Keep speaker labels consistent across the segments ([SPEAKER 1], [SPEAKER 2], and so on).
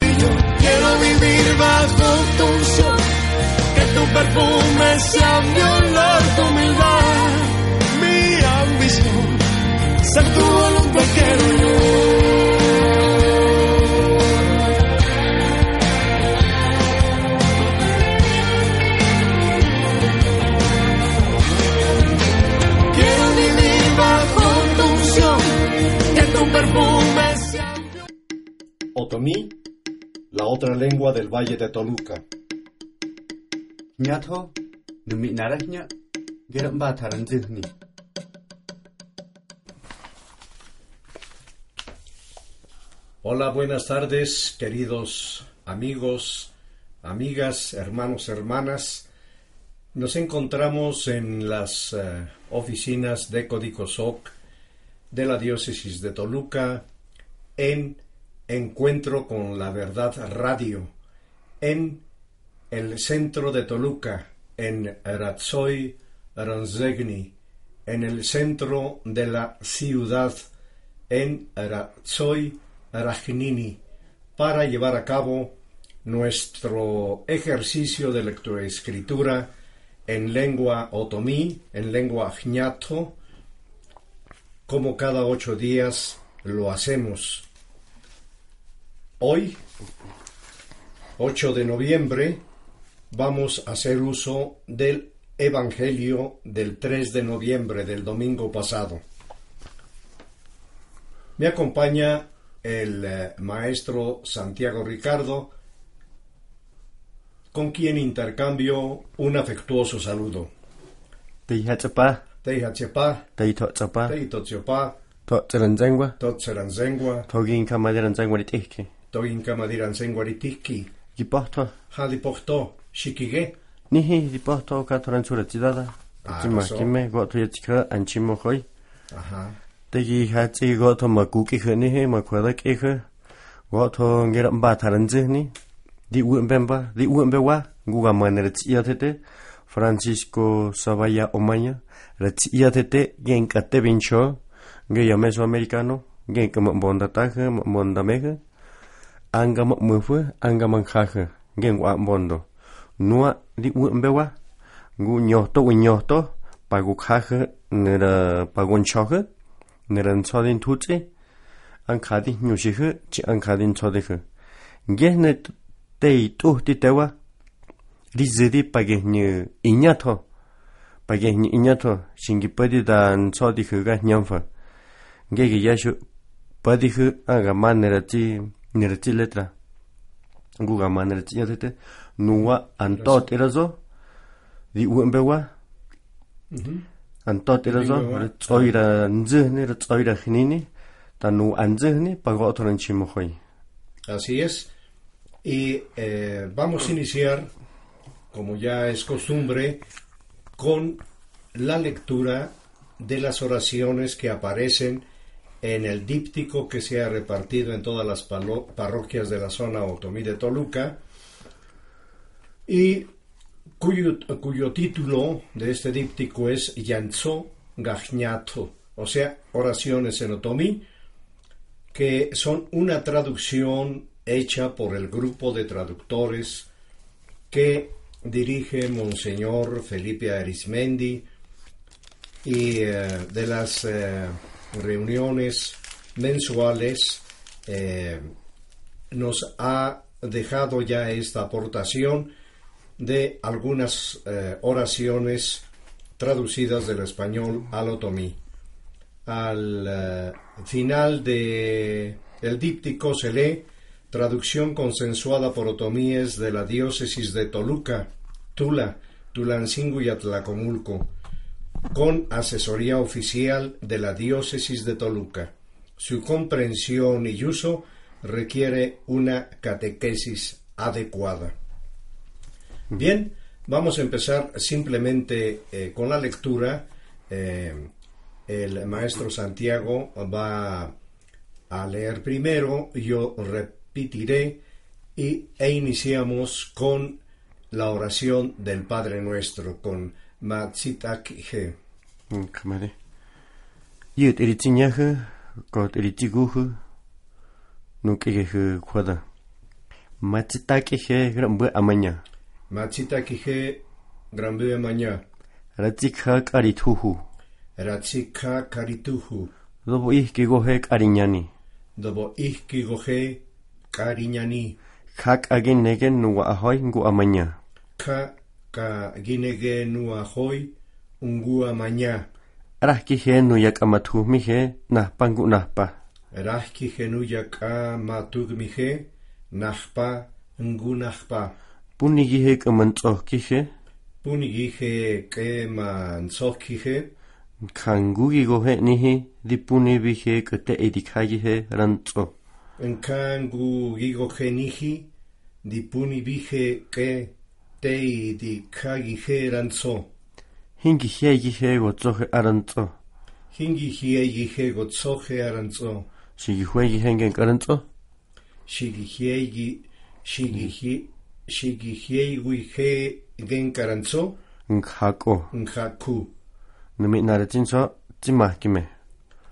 [SPEAKER 1] Quiero vivir bajo tu sol, que tu perfume sea mi olor, tu humildad, mi ambición, ser tu voluntad quiero yo. Quiero vivir bajo tu sol, que tu perfume sea
[SPEAKER 2] Otomí, la otra lengua del Valle de Toluca.
[SPEAKER 3] Nyato, numi narahnya, gerak bataran zihni.
[SPEAKER 2] Hola, buenas tardes, queridos amigos, amigas, hermanos, hermanas. Nos encontramos en las eh, oficinas de Codicosoc de la diócesis de Toluca en Encuentro con la Verdad Radio en el centro de Toluca, en Ratzoy Ranzegni, en el centro de la ciudad, en Ratzoy Ragnini, para llevar a cabo nuestro ejercicio de lectoescritura en lengua otomí, en lengua jñato, como cada ocho días lo hacemos. Hoy, 8 de noviembre, vamos a hacer uso del Evangelio del 3 de noviembre del domingo pasado. Me acompaña el eh, maestro Santiago Ricardo, con quien intercambio un afectuoso saludo.
[SPEAKER 3] Tei hatsapa,
[SPEAKER 2] Teihachepa,
[SPEAKER 3] tei to tsapa,
[SPEAKER 2] Teitochepa,
[SPEAKER 3] to tseranzengwa,
[SPEAKER 2] Totseranzengua,
[SPEAKER 3] to gin kamaderanzengwa litihki.
[SPEAKER 2] Toincamadiranzenguaritiki,
[SPEAKER 3] Gipohto,
[SPEAKER 2] Jalipochtó, Xiquigue,
[SPEAKER 3] nihi gipohto katoran suratsidada.
[SPEAKER 2] Ah,
[SPEAKER 3] Tsima
[SPEAKER 2] eso.
[SPEAKER 3] kime goto yatsikha anchimo hoy.
[SPEAKER 2] Ajá.
[SPEAKER 3] Tegi hatsi goto makuki nihi makwada kihe. Goto gerak bataran zihni. Di uembemba, di uembewa, guga maneratiyatete. Francisco Sabaya Omaña, ratsiyatete genkate bincho, geya mesoamericano, genka mbondataje, mbondameje. anga mo mufu anga manjaje gen wa bondo nua di umbewa gu nyoto u nyoto pagu khaje nera pagun choje nera nsodin tutse an khadi nyushije chi an khadi nsodije gehne tei tu ti tewa rizidi pagehni iñato pagehni iñato shingi padi da nsodije ga nyamfa gege yashu Padiju agama nerati nerati letra. Gugama nerati yatete nuwa antot erazo di uembewa. Antot erazo
[SPEAKER 2] Uembewa.
[SPEAKER 3] retsoira nzhne retsoira khnini tanu anzhne pagotoran chimohoi.
[SPEAKER 2] Así es. Y eh, vamos a iniciar, como ya es costumbre, con la lectura de las oraciones que aparecen en el díptico que se ha repartido en todas las palo- parroquias de la zona Otomí de Toluca y cuyo, cuyo título de este díptico es Yanzo Gajñato, o sea, oraciones en Otomí, que son una traducción hecha por el grupo de traductores que dirige Monseñor Felipe Arismendi y eh, de las eh, reuniones mensuales eh, nos ha dejado ya esta aportación de algunas eh, oraciones traducidas del español al otomí al eh, final de el díptico se lee traducción consensuada por otomíes de la diócesis de Toluca, Tula, Tulancingo y Atlacomulco, con asesoría oficial de la diócesis de Toluca. Su comprensión y uso requiere una catequesis adecuada. Bien, vamos a empezar simplemente eh, con la lectura. Eh, el maestro Santiago va a leer primero, yo repetiré y, e iniciamos con la oración del Padre Nuestro, con Matsitakje.
[SPEAKER 3] Kamare. Yut eritinyaje, kot eritiguju, nukejeje juada. Machitakeje grambue amaña.
[SPEAKER 2] Matsitakje, gran Buda mañá,
[SPEAKER 3] Ratzikha karituju.
[SPEAKER 2] Ratzika karituhu,
[SPEAKER 3] Dobo ihki goje kariñani.
[SPEAKER 2] dobo iski goje cariñani,
[SPEAKER 3] Hak agin negen nuwa ahoy ngu amaña.
[SPEAKER 2] ka ka ginege nuahoy, ungua mañá,
[SPEAKER 3] Rahkije nuyak amatujmije, nahpa ngu nahpa.
[SPEAKER 2] Rajki genuya ka matugmije, najpa, ngu najpa.
[SPEAKER 3] Punigije kamantzojkije,
[SPEAKER 2] Punigije que manzokije,
[SPEAKER 3] Kangugi goje nihi, dipuni bije kate edikajihe rantzo.
[SPEAKER 2] Enkangu gigo geniji, dipuni vije que tei di kagije ranzo.
[SPEAKER 3] Hingi hiegije gotzoje arantzo.
[SPEAKER 2] Hingi hie gije gotzoje aranzo.
[SPEAKER 3] Shigi huegi hengen karantzo.
[SPEAKER 2] Shigihiegi, shigiji, shigihiegi gen karanzo,
[SPEAKER 3] Nkako.
[SPEAKER 2] njaku.
[SPEAKER 3] Nami naretzinso, tzimahkime.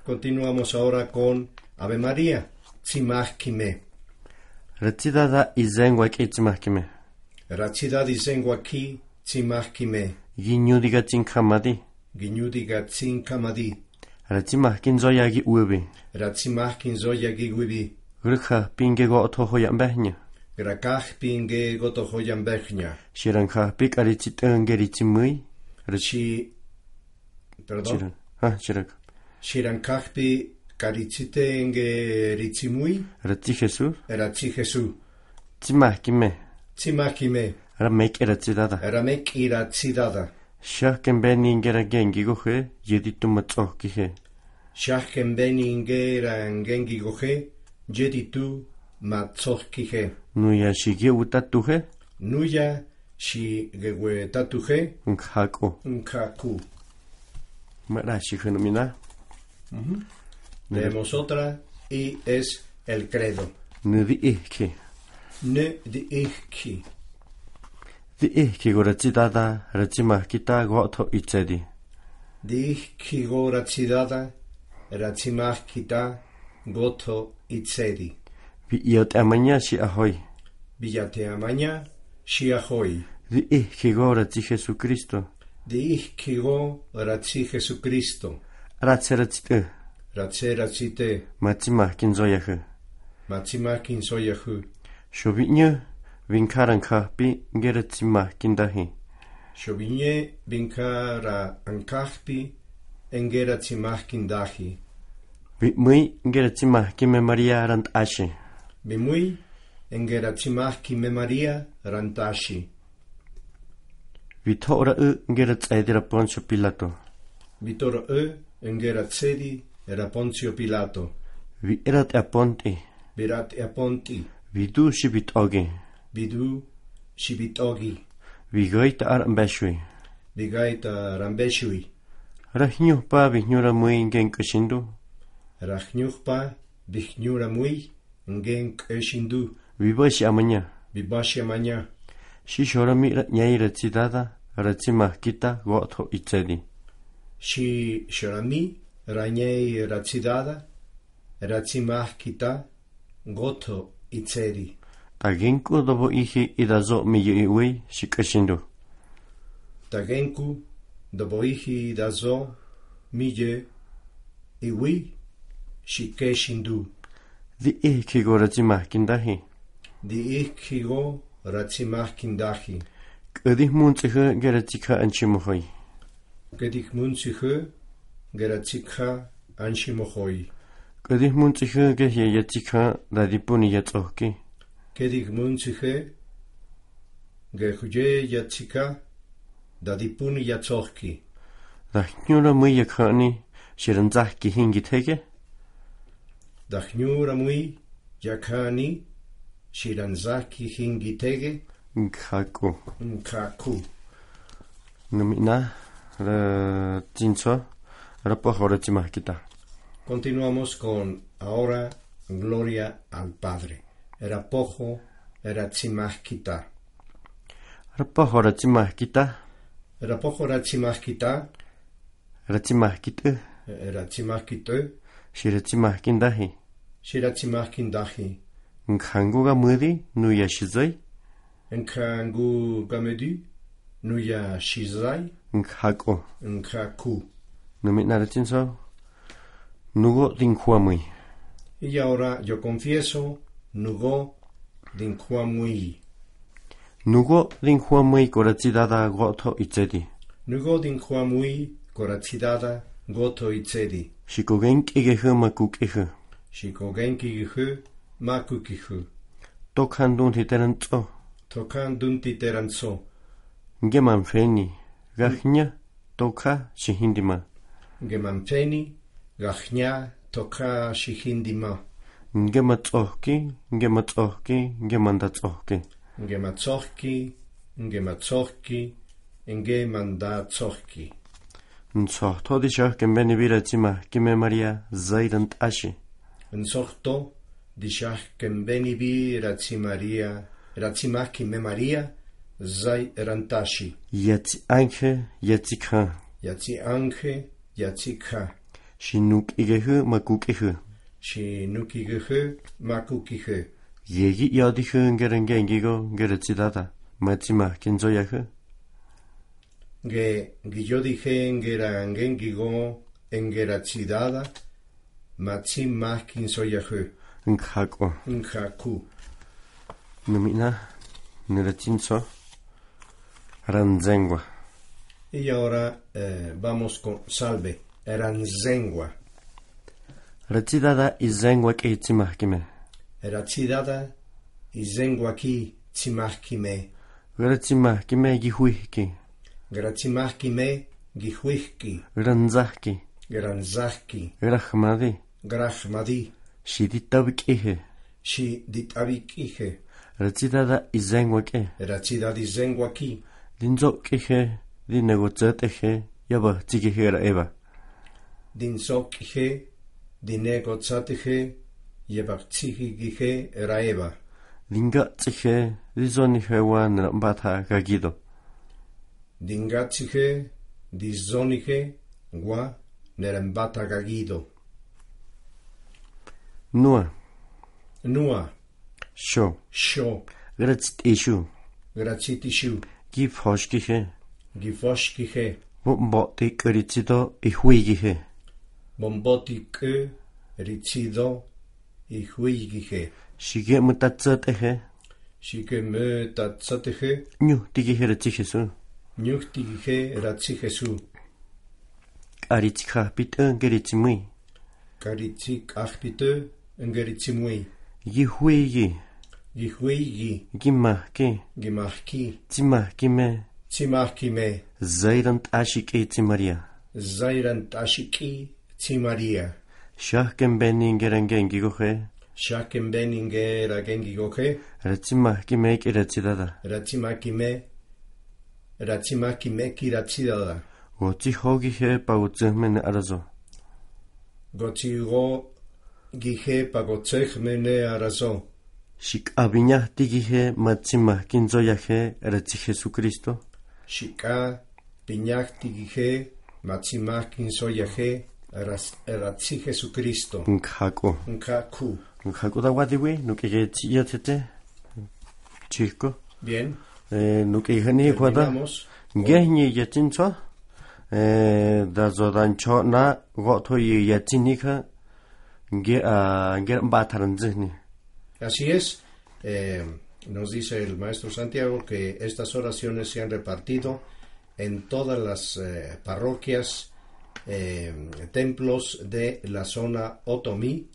[SPEAKER 2] Continuamos ahora con Ave María, Tzimachkime.
[SPEAKER 3] Retzida da izen guake tzimahkime.
[SPEAKER 2] Ratzida dicen guaki, Tzimachkime.
[SPEAKER 3] Ginyu digatzin kamadi.
[SPEAKER 2] Giñudiga tzinkamadi.
[SPEAKER 3] Retzimahkin zoyagi uebi.
[SPEAKER 2] Ratzimachkin zoyagi guibi.
[SPEAKER 3] Grkha pinge go otoho yambehnya.
[SPEAKER 2] Grakaj pinge gotohoyan bergna.
[SPEAKER 3] Shiranha pik aritzit engeritsimui.
[SPEAKER 2] Chi, perdón,
[SPEAKER 3] Shiran. Ha, shirak.
[SPEAKER 2] Shirankajpi karitzitenge ritzimui,
[SPEAKER 3] Retzi Jesus.
[SPEAKER 2] ratzi Jesu.
[SPEAKER 3] Tzimahkime.
[SPEAKER 2] Tzimachime.
[SPEAKER 3] Ramek eretzidada.
[SPEAKER 2] Ramek iratzidada.
[SPEAKER 3] Shahken ben ingera gengi goje, yeditu matzohkihe.
[SPEAKER 2] Shahken benin geran gengi goje, jeditu matzokije.
[SPEAKER 3] Nuya shige utatuje,
[SPEAKER 2] Nuya shi geguetatuje
[SPEAKER 3] nkhako.
[SPEAKER 2] nkaku.
[SPEAKER 3] Mara shige nomina.
[SPEAKER 2] Leemos otra y es el credo.
[SPEAKER 3] Nudi ihki.
[SPEAKER 2] Ne di ikki.
[SPEAKER 3] Di ihki goratzidada, retzimahkita goto itzedi.
[SPEAKER 2] Dihki go ratzidada, ratzimahkita, goto itzedi.
[SPEAKER 3] Vi iot amanya shi ahoy.
[SPEAKER 2] Villate amaña, shiahoi.
[SPEAKER 3] Di ihki goratzi Jesucristo.
[SPEAKER 2] Dihki go ratzi Jesucristo.
[SPEAKER 3] Ratzeratzite.
[SPEAKER 2] Ratze ratzite,
[SPEAKER 3] Matzimahkin zoyahe.
[SPEAKER 2] matzimakin soyahu.
[SPEAKER 3] Shovinyo, vinkaran kahpi, geratzimahkin dahi.
[SPEAKER 2] Shovinye binkara ankahpi, engera tzimahkin dahi.
[SPEAKER 3] Vitmui, geratzimahkime Maria rant ashe.
[SPEAKER 2] Bimui, engera tzimahkin me Maria rantashi.
[SPEAKER 3] Vitora u geratzedira Poncio Pilato.
[SPEAKER 2] Vitor e, engera tzedi, era Poncio Pilato.
[SPEAKER 3] Vi e erat aponti,
[SPEAKER 2] Virat e aponti.
[SPEAKER 3] vidu shibit ogi,
[SPEAKER 2] Bidu Shibitogi
[SPEAKER 3] vi goita ar ambeshui.
[SPEAKER 2] Bigaita Rambeshui
[SPEAKER 3] Rahnyuh pa vihnura mui gen kushindu,
[SPEAKER 2] Rachnyukpa Bichnura Mui Ngenk e Eshindu
[SPEAKER 3] vibashi amanya.
[SPEAKER 2] Bibashyamanya
[SPEAKER 3] Shishorami nyai ratzidada, ratzimahkita gotho itzedi.
[SPEAKER 2] Shi Shorami Ranyei Ratzidada Ratzimahkita Goto Itzeri
[SPEAKER 3] Taginku dobo ihi idazo miyu iwi shikashindu.
[SPEAKER 2] Tagenku Doboihi Dazo Mije Iwi Shikeshindu
[SPEAKER 3] Di ihi go ratzimahkindahi.
[SPEAKER 2] Diikhigo Ratzimahkindahi
[SPEAKER 3] Kudih muntzige geratzika anchimuhoi.
[SPEAKER 2] Gedich Munziche Geratzikha Anshimohoi
[SPEAKER 3] Kudih muntzige gehietzika dadipuni yatzohki.
[SPEAKER 2] Kedig Munziche, Gehuye Yatsika, Dadipuni Yatsochki,
[SPEAKER 3] Rahnura mui yakhani shiranzahki hingitege.
[SPEAKER 2] Dachnura Mui, Yakani, Shiranzaki, Hingitege,
[SPEAKER 3] Nkaku.
[SPEAKER 2] Nkaku.
[SPEAKER 3] Numina, la chincho, la pojora chimajquita.
[SPEAKER 2] Continuamos con Ahora Gloria al Padre. Era Pojo, era Tzimajkita.
[SPEAKER 3] La pojora chimajquita,
[SPEAKER 2] Era Pojo, era Tzimajkita,
[SPEAKER 3] la chimajquita,
[SPEAKER 2] era Tzimajkite,
[SPEAKER 3] shira chimajquindaji.
[SPEAKER 2] Shira Tzimajkindaji.
[SPEAKER 3] Nkanguga mudi, nuya shizoi,
[SPEAKER 2] Nkangu Gamedu, Nuya Shizai,
[SPEAKER 3] nkaku.
[SPEAKER 2] Nkaku.
[SPEAKER 3] Numina la chincho, nugo tinkuamui.
[SPEAKER 2] Y ahora yo confieso, Nugo Dinkwamui.
[SPEAKER 3] Nugo tinkuamui corachidada goto itzedi.
[SPEAKER 2] Nugo Dinkwamui, Koratsidada, Goto Itzedi.
[SPEAKER 3] Shikogen kigehe makukehe.
[SPEAKER 2] Shikogenki Gihu, Maku Gihu.
[SPEAKER 3] Tokandun titeranzo,
[SPEAKER 2] Tokan Dunti Teranzo.
[SPEAKER 3] ngeman feni. Gajña, toka, shihindima.
[SPEAKER 2] Gemanfeni, Gajña, Toka Shihindima.
[SPEAKER 3] Ngematsohki, ngematsohki, ngemandatsohki.
[SPEAKER 2] Gematsohki, Gematsohki, Gemandatsohki.
[SPEAKER 3] Nsohto di shohken beni bira tzima, kime Maria zairant ashi.
[SPEAKER 2] Nsohto, Dishah Kembenibi, Ratzi Maria, Ratzi Me Maria, Zai Rantashi.
[SPEAKER 3] Yatsi anke, yatsi khan.
[SPEAKER 2] Yatsi Ange, Yatsi Ka.
[SPEAKER 3] Shinuk igehu makukihu.
[SPEAKER 2] Shinuki Gihu, Maku Gihu.
[SPEAKER 3] Yegi yadihu ngerenge ngigo ngeretzidada. Matzima kinzoyahu.
[SPEAKER 2] Ge, que yo dije en Gerangengigo, en Geratsidada, Matsim Maskin Soyahu,
[SPEAKER 3] Nkhako.
[SPEAKER 2] en Haku,
[SPEAKER 3] Numina, niretzinso. Ranzengwa.
[SPEAKER 2] Y ahora eh, vamos con Salve, Eranzengua,
[SPEAKER 3] Retzidada izengwa ke tzima kime.
[SPEAKER 2] Eratsidada, y Zenguaki, Tsimahkime,
[SPEAKER 3] Geretzima kime gihuihki.
[SPEAKER 2] Gratzimahkime, Gihuiski,
[SPEAKER 3] Ranzahki.
[SPEAKER 2] Granzahki,
[SPEAKER 3] Rahmadi.
[SPEAKER 2] Grahmadi,
[SPEAKER 3] Shiditabik ihe.
[SPEAKER 2] Shi Ditabikije,
[SPEAKER 3] Recitata izengwake,
[SPEAKER 2] Eratsidadi Zenguaki,
[SPEAKER 3] dinzokkehe, dinegotzetehe, jaba txikihera eba.
[SPEAKER 2] Dinsokije, Dinegotzatige, Yebaktzigige, Eraeva.
[SPEAKER 3] Dingatzehe, dizonihewa nrambata gagido.
[SPEAKER 2] Dingatzige, Dizonige, Gua, Nerembata Gagido.
[SPEAKER 3] Nua,
[SPEAKER 2] Nua,
[SPEAKER 3] sho,
[SPEAKER 2] Sho,
[SPEAKER 3] gretzit isu,
[SPEAKER 2] Gratzitishu,
[SPEAKER 3] gif hoskihe,
[SPEAKER 2] Gifoshkige,
[SPEAKER 3] bomboti kuritzido ihuigihe.
[SPEAKER 2] Bombotike, Ritzido, Ihuigige.
[SPEAKER 3] Shige mutatzetehe,
[SPEAKER 2] Shikeme tatzatige,
[SPEAKER 3] nu tigihere tzihesu.
[SPEAKER 2] Nyuchtige, Ratzigesu.
[SPEAKER 3] Aritzka pite geritzimui.
[SPEAKER 2] Karitzik achpite, Ngeritzimui.
[SPEAKER 3] Gihuigi,
[SPEAKER 2] Gihuigi,
[SPEAKER 3] gimahki,
[SPEAKER 2] Gimachki,
[SPEAKER 3] tzimahkime,
[SPEAKER 2] Tzimachkime.
[SPEAKER 3] zairant ashik eitzimaria.
[SPEAKER 2] Zairan Tashiki Tzimaria.
[SPEAKER 3] Shahken benin gerengen gigohe,
[SPEAKER 2] Shaken Beninger Agengigoke,
[SPEAKER 3] Ratzimahki meik iratzidada.
[SPEAKER 2] Ratzimakime, Ratzimakimeki Ratzidada.
[SPEAKER 3] Gotzi hogihe pagutzehmene arazo.
[SPEAKER 2] Gotzigo Gije Pagotzechmene Arazo.
[SPEAKER 3] Shik abinah tigihe matzimahkin zoyahe ratzi Jesucristo.
[SPEAKER 2] Shika Piñakti Gije Matzimakin Soyaje Raz- Ratzi Jesucristo.
[SPEAKER 3] Nkhako.
[SPEAKER 2] Nkaku.
[SPEAKER 3] Nkhako da guadiwi, nukege tziatete. Chico.
[SPEAKER 2] Bien,
[SPEAKER 3] Nukege ni guada.
[SPEAKER 2] terminamos.
[SPEAKER 3] Gehni yatzinzo. Da zodancho E, na goto yi yatzinika. Ge a geran bataran zihni.
[SPEAKER 2] Así es. eh, nos dice el maestro Santiago que estas oraciones se han repartido en todas las eh, parroquias, eh, templos de la zona otomí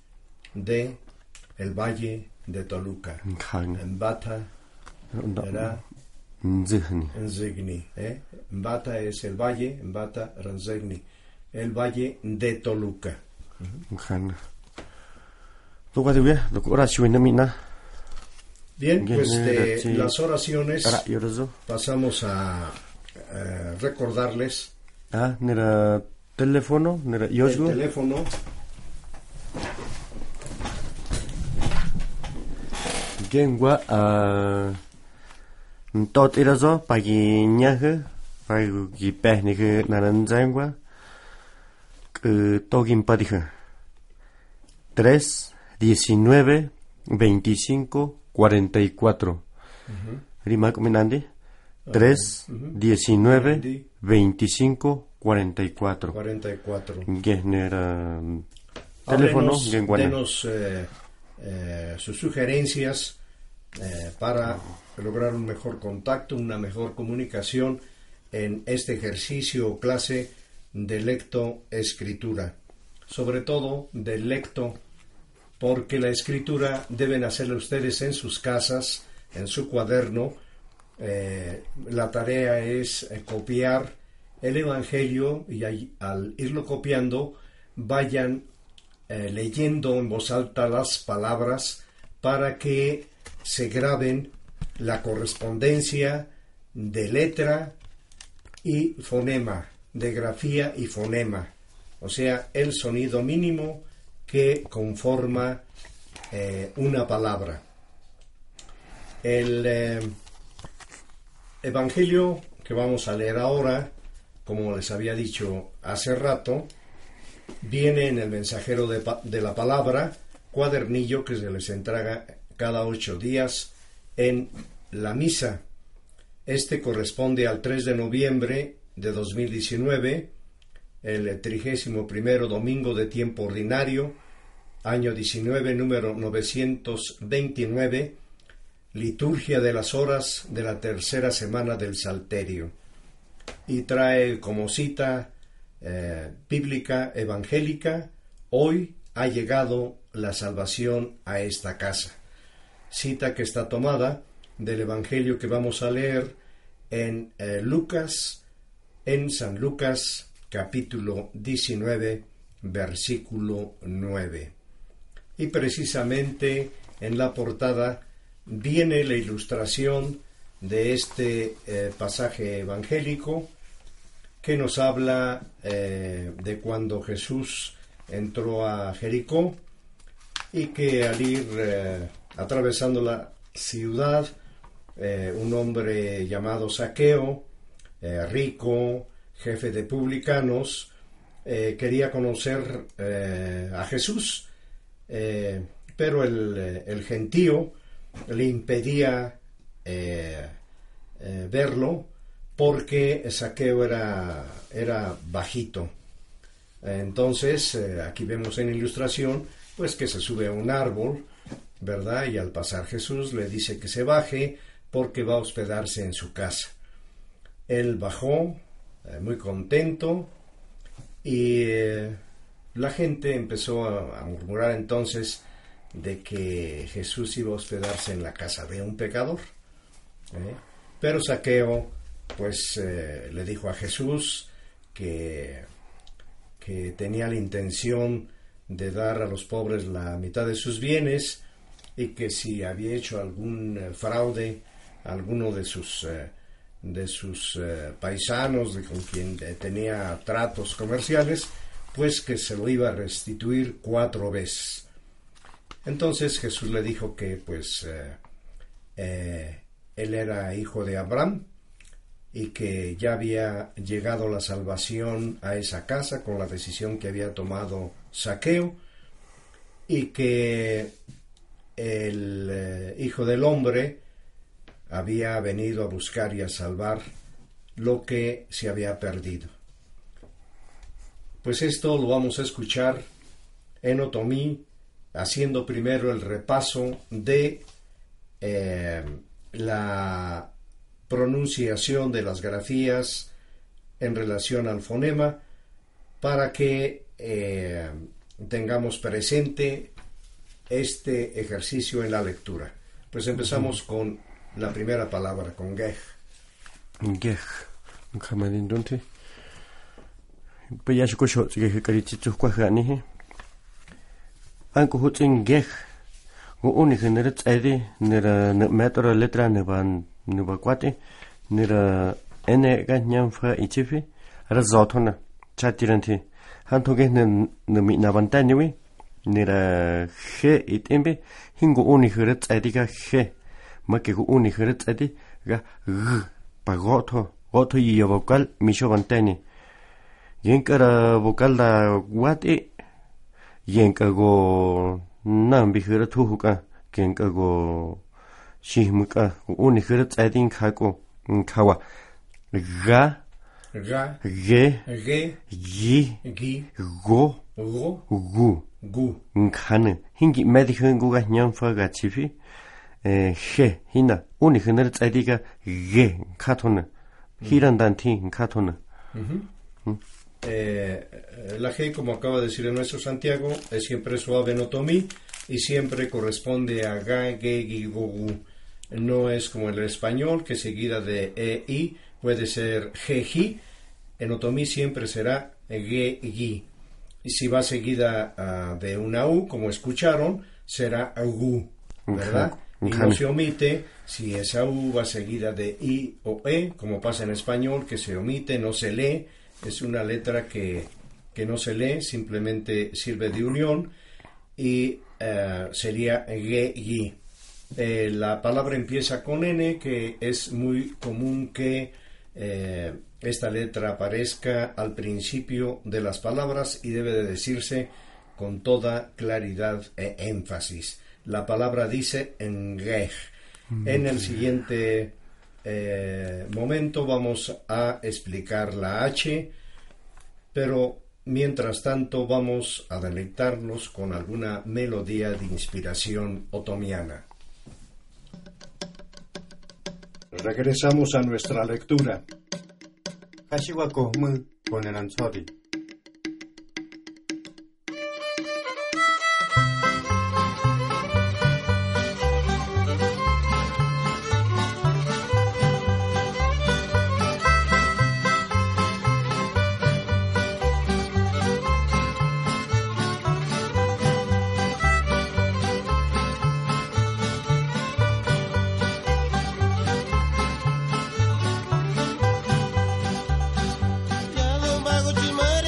[SPEAKER 2] de el Valle de Toluca,
[SPEAKER 3] Nkhanga.
[SPEAKER 2] en Bata, era
[SPEAKER 3] Zihni.
[SPEAKER 2] Ranzegni, ¿eh? Bata es el valle, en Bata Ranzegni, el Valle de Toluca.
[SPEAKER 3] Nkhanga. Lo que digo, lo que ahora sí viene a mí, ¿no?
[SPEAKER 2] Bien,
[SPEAKER 3] Bien,
[SPEAKER 2] pues de
[SPEAKER 3] eh, sí.
[SPEAKER 2] las oraciones
[SPEAKER 3] Ahora, yo lo so.
[SPEAKER 2] pasamos a eh, recordarles
[SPEAKER 3] Ah, nera teléfono, nera
[SPEAKER 2] el
[SPEAKER 3] yosgo.
[SPEAKER 2] teléfono
[SPEAKER 3] Gengua a tot era so ah, pagi nyaje, pagi gipehnihe naranjangua. Que togin padije. 3 19 25 44. Rima comenandi. 3 19 25 44.
[SPEAKER 2] 44.
[SPEAKER 3] Gesner um, teléfono
[SPEAKER 2] Háblenos,
[SPEAKER 3] Genguana.
[SPEAKER 2] denos eh, eh, sus sugerencias eh, para lograr un mejor contacto, una mejor comunicación en este ejercicio o clase de lectoescritura. Sobre todo de lecto, porque la escritura deben hacerla ustedes en sus casas, en su cuaderno. Eh, la tarea es eh, copiar el Evangelio y ahí- al irlo copiando vayan eh, leyendo en voz alta las palabras para que se graben la correspondencia de letra y fonema, de grafía y fonema, o sea, el sonido mínimo que conforma eh, una palabra. El eh, Evangelio que vamos a leer ahora, como les había dicho hace rato, viene en el mensajero de, pa- de la palabra, cuadernillo que se les entrega cada ocho días en la misa. Este corresponde al 3 de noviembre de 2019, el trigésimo primero domingo de tiempo ordinario, año 19, número 929, liturgia de las horas de la tercera semana del Salterio y trae como cita eh, bíblica evangélica, hoy ha llegado la salvación a esta casa. Cita que está tomada del Evangelio que vamos a leer en eh, Lucas, en San Lucas capítulo 19, versículo 9. Y precisamente en la portada viene la ilustración de este eh, pasaje evangélico que nos habla eh, de cuando Jesús entró a Jericó y que al ir eh, atravesando la ciudad, eh, un hombre llamado Saqueo, eh, rico, jefe de publicanos, eh, quería conocer eh, a Jesús, eh, pero el, eh, el gentío le impedía eh, eh, verlo porque Saqueo era, era bajito. Entonces, eh, aquí vemos en ilustración, pues que se sube a un árbol, ¿verdad? Y al pasar Jesús le dice que se baje porque va a hospedarse en su casa. Él bajó, eh, muy contento, y eh, la gente empezó a, a murmurar entonces de que Jesús iba a hospedarse en la casa de un pecador. ¿eh? Pero Saqueo, pues, eh, le dijo a Jesús que que tenía la intención de dar a los pobres la mitad de sus bienes y que si había hecho algún eh, fraude a alguno de sus eh, de sus eh, paisanos de con quien eh, tenía tratos comerciales pues que se lo iba a restituir cuatro veces entonces Jesús le dijo que pues eh, eh, él era hijo de Abraham y que ya había llegado la salvación a esa casa con la decisión que había tomado Saqueo y que el eh, Hijo del Hombre había venido a buscar y a salvar lo que se había perdido. Pues esto lo vamos a escuchar en Otomí, haciendo primero el repaso de eh, la pronunciación de las grafías en relación al fonema para que eh, tengamos presente este ejercicio en la lectura. Pues empezamos con la primera palabra, con gej.
[SPEAKER 3] Geh. Kamadin donte. Pues ya se cochó, se que carichitos cuajanihe. Anco hutzin gej. Go uni genere tsedi nera ne metro letra ne van ne va cuate nera ene ganyam fa ichifi ara zotona chatiranti. Hanto gej ne ne mi navanta niwi nera ge itembe hingo uni genere tsedi ga ge. Ma que go uni genere tsedi ga g pa goto goto y vocal mi sho vantani. Yenkara vocal da guate yenkago nam bihira tuhuka kenkago shihmuka unihira tsadin kako kawa ga
[SPEAKER 2] Ga,
[SPEAKER 3] ge
[SPEAKER 2] ge,
[SPEAKER 3] yi
[SPEAKER 2] gi,
[SPEAKER 3] go
[SPEAKER 2] go,
[SPEAKER 3] gu
[SPEAKER 2] gu.
[SPEAKER 3] nkane hingi medihun guga nyamfa ga chifi eh, he hina unihira tsadiga ge katona hirandanti katona
[SPEAKER 2] Eh, eh, la G, como acaba de decir el nuestro Santiago, es siempre suave no tomí y siempre corresponde a ga, ge, gi, go, gu. No es como el español, que seguida de e, i puede ser ge, gi. En otomí siempre será ge, gi. Y si va seguida ah, de una u, como escucharon, será gu, ¿verdad? Y no
[SPEAKER 3] Ujú.
[SPEAKER 2] se omite si esa u va seguida de i o e, como pasa en español, que se omite, no se lee, es una letra que, que no se lee, simplemente sirve de unión y eh, sería ge, gi. Eh, la palabra empieza con n, que es muy común que eh, esta letra aparezca al principio de las palabras y debe de decirse con toda claridad e énfasis. La palabra dice engej. En el siguiente eh, momento vamos a explicar la H, pero mientras tanto vamos a deleitarnos con alguna melodía de inspiración otomiana. Regresamos a nuestra lectura.
[SPEAKER 3] Kashiwa kohmu koneran sori
[SPEAKER 4] Ya don Pago Chimán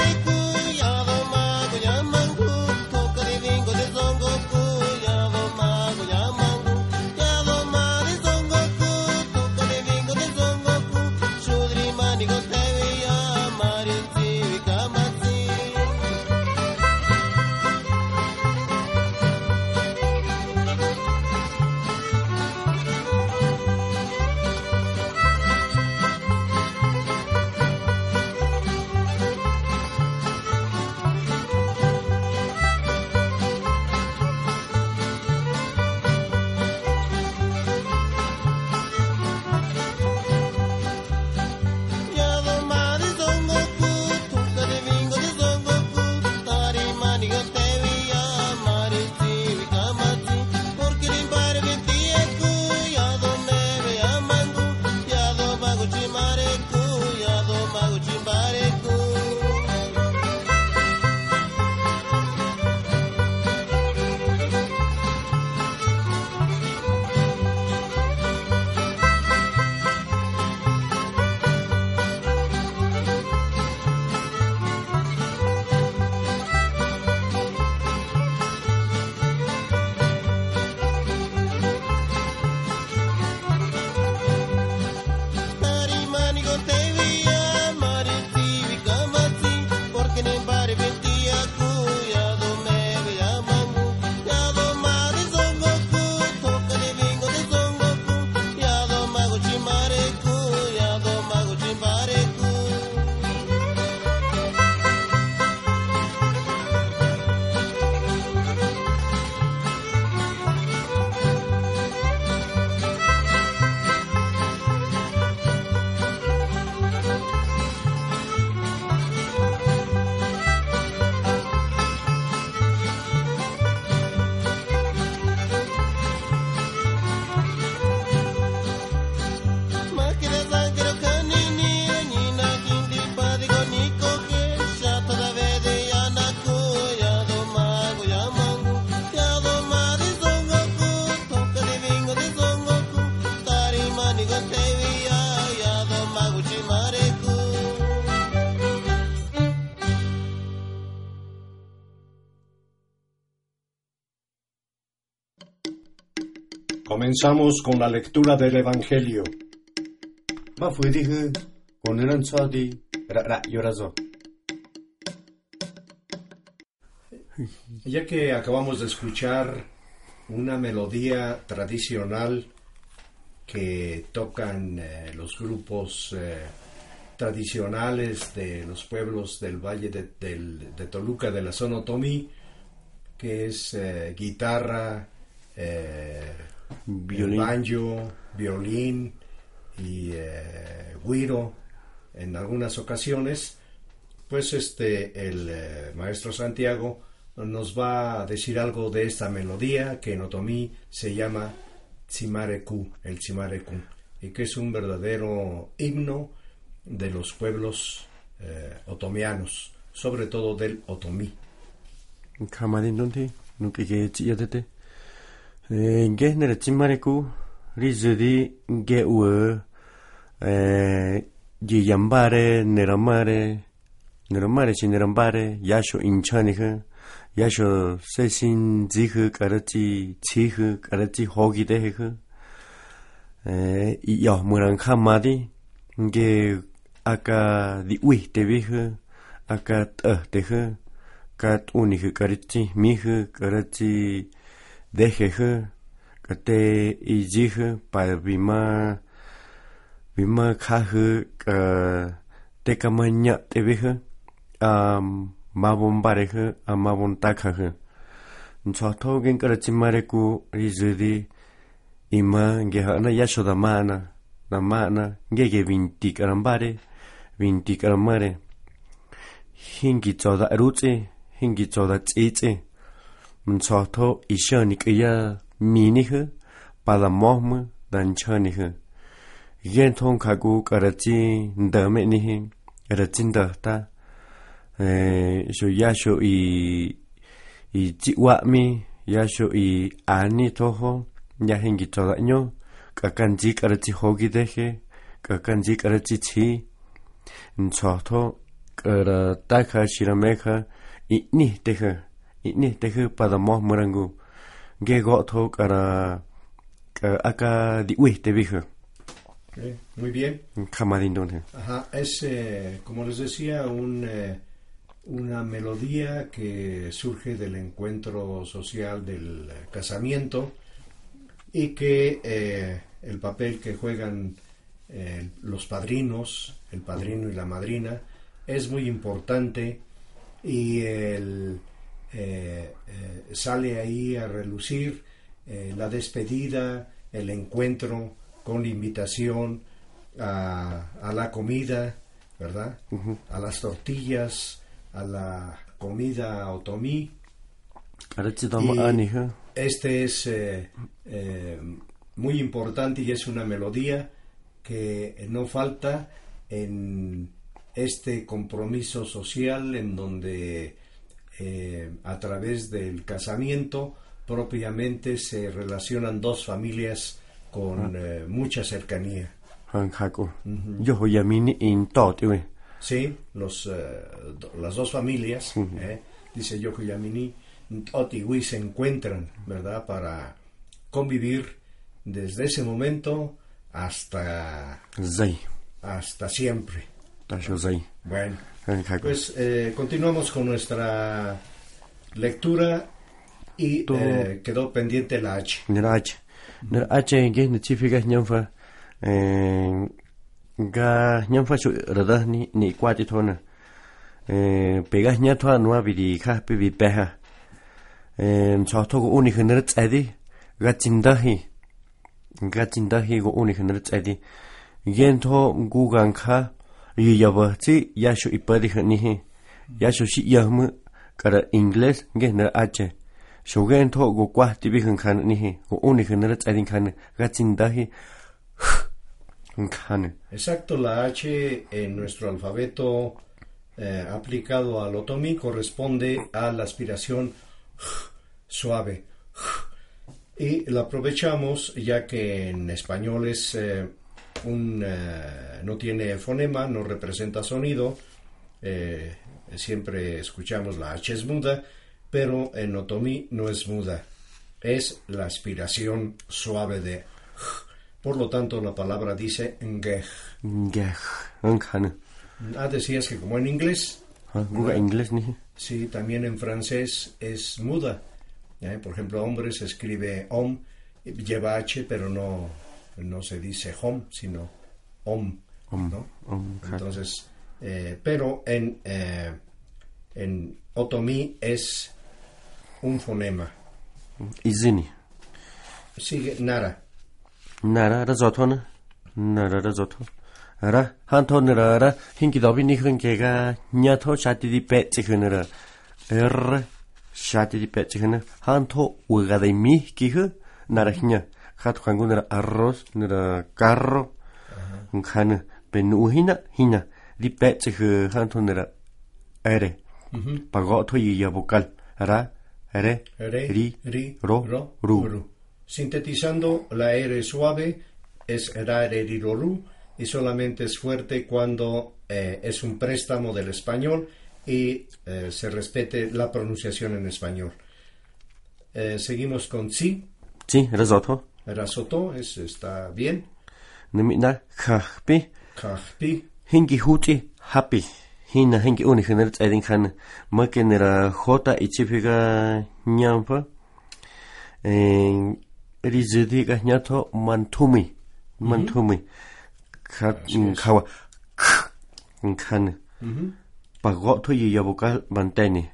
[SPEAKER 2] Comenzamos con la lectura del Evangelio.
[SPEAKER 3] Ma fu di che con non so di ra ra io raso.
[SPEAKER 2] Ya que acabamos de escuchar una melodía tradicional que tocan eh, los grupos eh, tradicionales de los pueblos del Valle de, del- de Toluca, de la zona Otomí, que es eh, guitarra, eh,
[SPEAKER 3] Violín.
[SPEAKER 2] banjo, violín y eh, güiro en algunas ocasiones, pues este el eh, maestro Santiago nos va a decir algo de esta melodía que en otomí se llama Tzimareku, el Tzimareku, y que es un verdadero himno de los pueblos eh, otomianos, sobre todo del otomí.
[SPEAKER 3] 가만히 눈티 누게 게 찌야데데. 에 게네르 찜마레쿠 리즈디 게우 에 지얌바레 네라마레 네라마레 시네람바레 야쇼 인차니흐 야쇼 세신 지흐 까르치 지흐 까르치 호기데흐 에 야무랑 카마디 이게 아까 디 우이테비흐 아까 어테흐 kat unihu karichi mihu karichi dejehu kate ijihu para vima vima kahu ka tekamanya tebehu am mabon barehu am mabon takahu nchoto gen karichi mareku rizudi ima gehana yashoda mana na mana gege vinti karambare vinti karamare hingi tsoda rutsi hingi tsoda tsitsi mtsotho ishani kya minihe pala mohme danchanihe yen thon khagu karachi ndame nihe rachin dahta eh sho yasho i i chiwa mi yasho i ani toho ya hingi tsoda nyo kakanji karachi hogi dehe kakanji karachi chi nchoto kara taka shirameja itni teja itni teja para mos morangu ge goto kara ka- aka di uy te vija
[SPEAKER 2] ¿eh? Muy bien.
[SPEAKER 3] kamadin donde
[SPEAKER 2] Ajá, es, eh, como les decía, un, eh, una melodía que surge del encuentro social del eh, casamiento y que eh, el papel que juegan eh, los padrinos, el padrino y la madrina, es muy importante y el, eh, eh, sale ahí a relucir eh, la despedida, el encuentro con la invitación a, a la comida, ¿verdad? A las tortillas, a la comida otomí.
[SPEAKER 3] kara chidama ani ha
[SPEAKER 2] Este es eh, eh, muy importante y es una melodía que no falta en este compromiso social en donde eh, a través del casamiento propiamente se relacionan dos familias con eh, mucha cercanía.
[SPEAKER 3] han hako yo hoyamini in tot we
[SPEAKER 2] Sí, los, eh, do- las dos familias, eh, dice Yoko Yamini, Otiwi se encuentran, ¿verdad? Para convivir desde ese momento hasta,
[SPEAKER 3] zai
[SPEAKER 2] hasta siempre.
[SPEAKER 3] tasho zai
[SPEAKER 2] Bueno,
[SPEAKER 3] han hako
[SPEAKER 2] pues eh, continuamos con nuestra lectura y
[SPEAKER 3] Todo-
[SPEAKER 2] eh, quedó pendiente la H.
[SPEAKER 3] Nirach. Nirach ge ni chifi ga nyanfa. Eh ga nyanfa chu radahni ni kwati thona. Eh pegas nya thwa nuwa bidi kha pi bi peha. Eh cha tho go uni khner tsadi ga chindahi. Ga chindahi go uni khner tsadi. Gen tho gu gan kha yi yaba chi ya shu ipadi khni hi. Ya shu shi yahm kara ingles ge nirach. 쇼겐 토고 과 디비근 칸 니히 고 오니 그늘 짜린 칸 같은 다히 칸
[SPEAKER 2] Exacto, la H en nuestro alfabeto eh, aplicado al otomí corresponde a la aspiración suave. Y la aprovechamos ya que en español es eh, un eh, no tiene fonema, no representa sonido. eh, siempre escuchamos la H es muda, pero en otomí no es muda. es la aspiración suave de J. Por lo tanto, la palabra dice ngej.
[SPEAKER 3] Ngej. Ngej.
[SPEAKER 2] Ah, decías que como en inglés,
[SPEAKER 3] Ah, Guga inglés ni.
[SPEAKER 2] sí, también en francés es muda. ¿eh? Por ejemplo, hombre se escribe hom, lleva H, pero no, no se dice hom, sino hom. ¿no?
[SPEAKER 3] hom, claro.
[SPEAKER 2] Entonces, eh, pero en, eh, en otomí es un fonema.
[SPEAKER 3] Izini.
[SPEAKER 2] Sigue nara.
[SPEAKER 3] Nara ra zoto na. Nara ra zoto. Ra hanto nara ra hinki dobi ni khun ke ga nya tho shati di pe chi khun ra. Er shati di pe chi khun hanto u ga de mi ki khu nara hinya. Khat khan gun ra arroz nara carro. Khan pe nu hina hina di pe chi khu hanto nara ere. Pago tho yi ya vocal ra ere
[SPEAKER 2] Re,
[SPEAKER 3] ri
[SPEAKER 2] ri,
[SPEAKER 3] ro ru.
[SPEAKER 2] Sintetizando, la R suave es ra, re, ri, ro, ru y solamente es fuerte cuando eh, es un préstamo del español y eh, se respete la pronunciación en español. Eh, seguimos con si,
[SPEAKER 3] Sí, ra zoto.
[SPEAKER 2] rasoto, es, está bien.
[SPEAKER 3] Namina khakpi
[SPEAKER 2] Kajpi,
[SPEAKER 3] hingi huti happy hina hingi uni khiner tsaidin khan makenera jota ichifiga ñampa en rizidi ga ñato mantumi mantumi khat khawa khan pagoto y yabukal manteni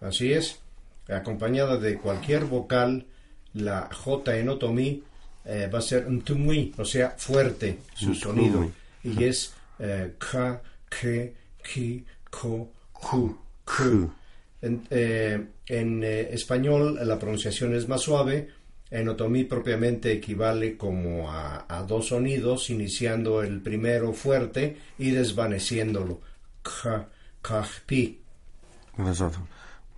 [SPEAKER 2] así es. Acompañada de cualquier vocal, la J en otomí eh, va a ser ntumui, o sea, fuerte su
[SPEAKER 3] Ntumui.
[SPEAKER 2] sonido. Y es eh, ka, ke, ki, ko, ku, ku. En, eh, en, eh, español la pronunciación es más suave. En otomí propiamente equivale como a, a dos sonidos, iniciando el primero fuerte y desvaneciéndolo. Ka, kajpi.
[SPEAKER 3] Nosotros.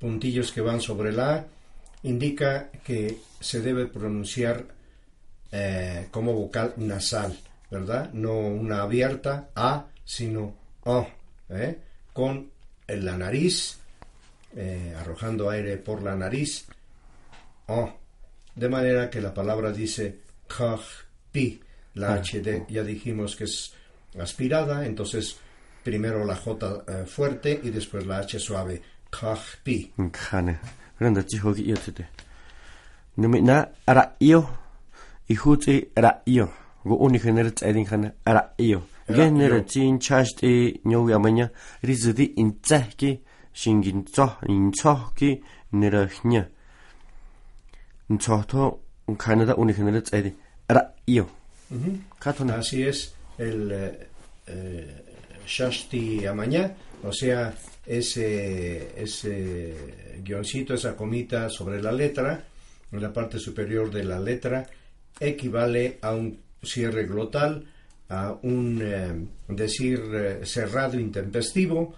[SPEAKER 2] puntillos que van sobre la A, indica que se debe pronunciar eh, como vocal nasal, ¿verdad? No una abierta A, sino O, ¿eh? con la nariz, eh, arrojando aire por la nariz, O, de manera que la palabra dice pi, la H de- ya dijimos que es aspirada, entonces primero la J eh, fuerte y después la H suave, pi.
[SPEAKER 3] Nkane. Renda chiho ki yotete. Numina ra'io. Ihuti ra'io. Go uni generet edin khane ra'io. Genere chin chashti nyow yamanya rizidi intsahki shingin tsoh intsohki nerahnya. Intsohto kanada uni generet edin ra'io. Katona.
[SPEAKER 2] Así es el eh, eh, Shashti Amañá, o sea, ese, ese guioncito, esa comita sobre la letra, en la parte superior de la letra, equivale a un cierre glotal, a un eh, decir eh, cerrado intempestivo,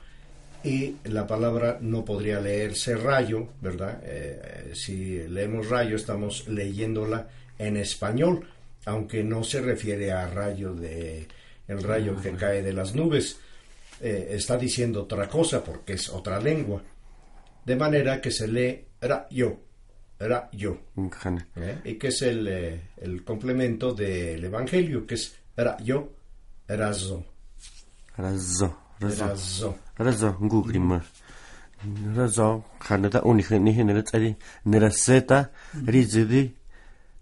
[SPEAKER 2] y la palabra no podría leerse rayo, ¿verdad? Eh, eh, si leemos rayo estamos leyéndola en español, aunque no se refiere a rayo de el rayo que cae de las nubes. Eh, está diciendo otra cosa porque es otra lengua. De manera que se lee rayo, rayo,
[SPEAKER 3] Nkane.
[SPEAKER 2] ¿eh? y que es el, eh, el complemento del evangelio, que es rayo, razo,
[SPEAKER 3] Razo. Razo.
[SPEAKER 2] razo.
[SPEAKER 3] Razo, ngugrimar. Razo, kanada unihe nihe nere tsari nere seta rizidi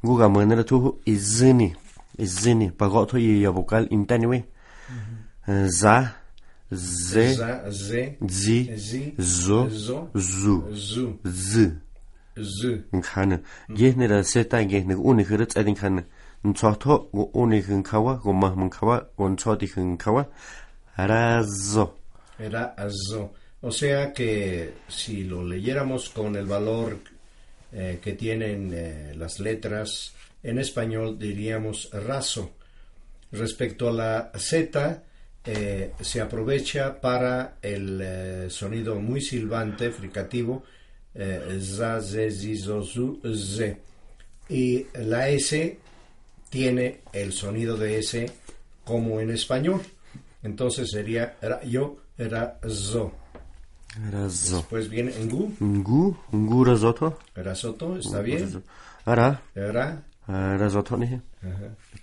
[SPEAKER 3] nguga manera tuhu izini. Izini, pagoto y vocal intaniwe. Za, ze,
[SPEAKER 2] Za, ze,
[SPEAKER 3] zi,
[SPEAKER 2] zi,
[SPEAKER 3] zo,
[SPEAKER 2] zo,
[SPEAKER 3] zu,
[SPEAKER 2] zu,
[SPEAKER 3] z.
[SPEAKER 2] zu.
[SPEAKER 3] Nkane. Yeh nere seta yeh nere unihe re tsari nkane. Nchoto go unihe nkawa, go mahman kawa, go nchoti nkawa. Razo.
[SPEAKER 2] Era azo. O sea que si lo leyéramos con el valor eh, que tienen eh, las letras en español diríamos raso. Respecto a la Z, eh, se aprovecha para el eh, sonido muy silbante, fricativo, eh, za, ze, zi, zo, zu, ze. Y la S tiene el sonido de S como en español. Entonces sería ra- yo, razo.
[SPEAKER 3] Razo.
[SPEAKER 2] Pues viene ngu,
[SPEAKER 3] Ngu, ngu razoto.
[SPEAKER 2] rasoto, está bien.
[SPEAKER 3] Ara,
[SPEAKER 2] Ra,
[SPEAKER 3] eh, razoto ni.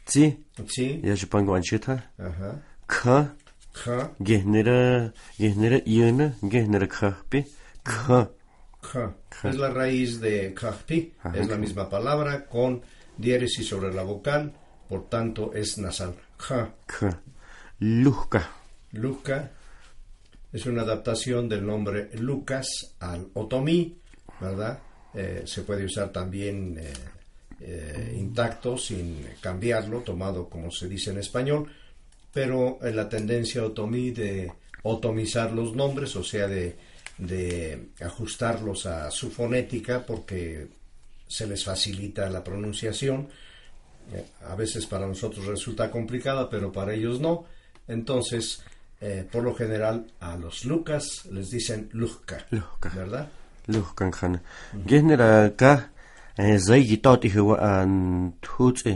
[SPEAKER 3] Tsi,
[SPEAKER 2] chi,
[SPEAKER 3] ya supongo anchita.
[SPEAKER 2] ajá,
[SPEAKER 3] K,
[SPEAKER 2] ja,
[SPEAKER 3] gehnere, gehnere iene, gehnere kahpi. K,
[SPEAKER 2] ja. Es la raíz de kajpi, es la misma palabra con diéresis sobre la vocal, por tanto es nasal. Ja.
[SPEAKER 3] k. Luhka.
[SPEAKER 2] Luca es una adaptación del nombre Lucas al otomí, ¿verdad? Eh, se puede usar también eh, eh, intacto, sin cambiarlo, tomado como se dice en español, pero eh, la tendencia otomí de otomizar los nombres, o sea, de, de ajustarlos a su fonética porque se les facilita la pronunciación, eh, a veces para nosotros resulta complicada, pero para ellos no. Entonces, eh, por lo general, a los Lucas les dicen Luzca.
[SPEAKER 3] Luzca.
[SPEAKER 2] ¿Verdad?
[SPEAKER 3] Luhkan khan. Gehnere k, eh, zai gitot ihe wa an tutsi.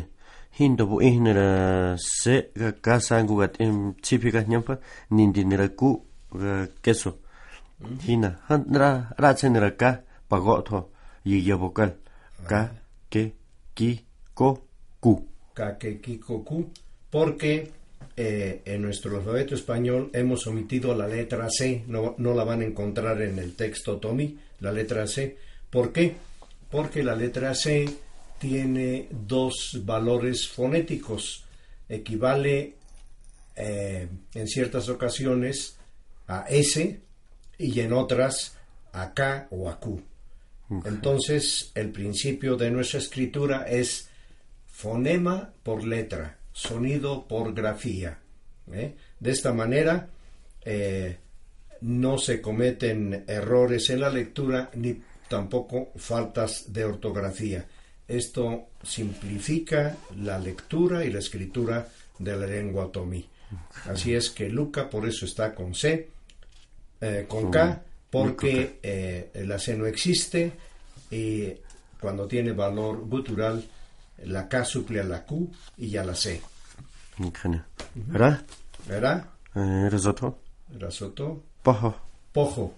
[SPEAKER 3] Hindo bu ihnere se, ga ka sangu gat im tipi gat nyampa, nindi nere ku, ga keso. Hina, han nera, ratse nere ka, pagoto, yiya vokal. Ka, ke, ki, ko, ku.
[SPEAKER 2] Kakekikoku, porque eh, en nuestro alfabeto español hemos omitido la letra C, no, no la van a encontrar en el texto Tommy, la letra C. ¿Por qué? Porque la letra C tiene dos valores fonéticos, equivale eh, en ciertas ocasiones a S y en otras a K o a Q. Entonces, el principio de nuestra escritura es fonema por letra, sonido por grafía. ¿eh? De esta manera eh, no se cometen errores en la lectura ni tampoco faltas de ortografía. Esto simplifica la lectura y la escritura de la lengua otomí. Así es que Luca por eso está con C, eh, con K, porque eh, la C no existe y cuando tiene valor gutural la K suple a la Q y ya la C.
[SPEAKER 3] Khan. Ra,
[SPEAKER 2] ¿Verdad?
[SPEAKER 3] eh, risotto,
[SPEAKER 2] Rasoto.
[SPEAKER 3] pajo.
[SPEAKER 2] Pojo.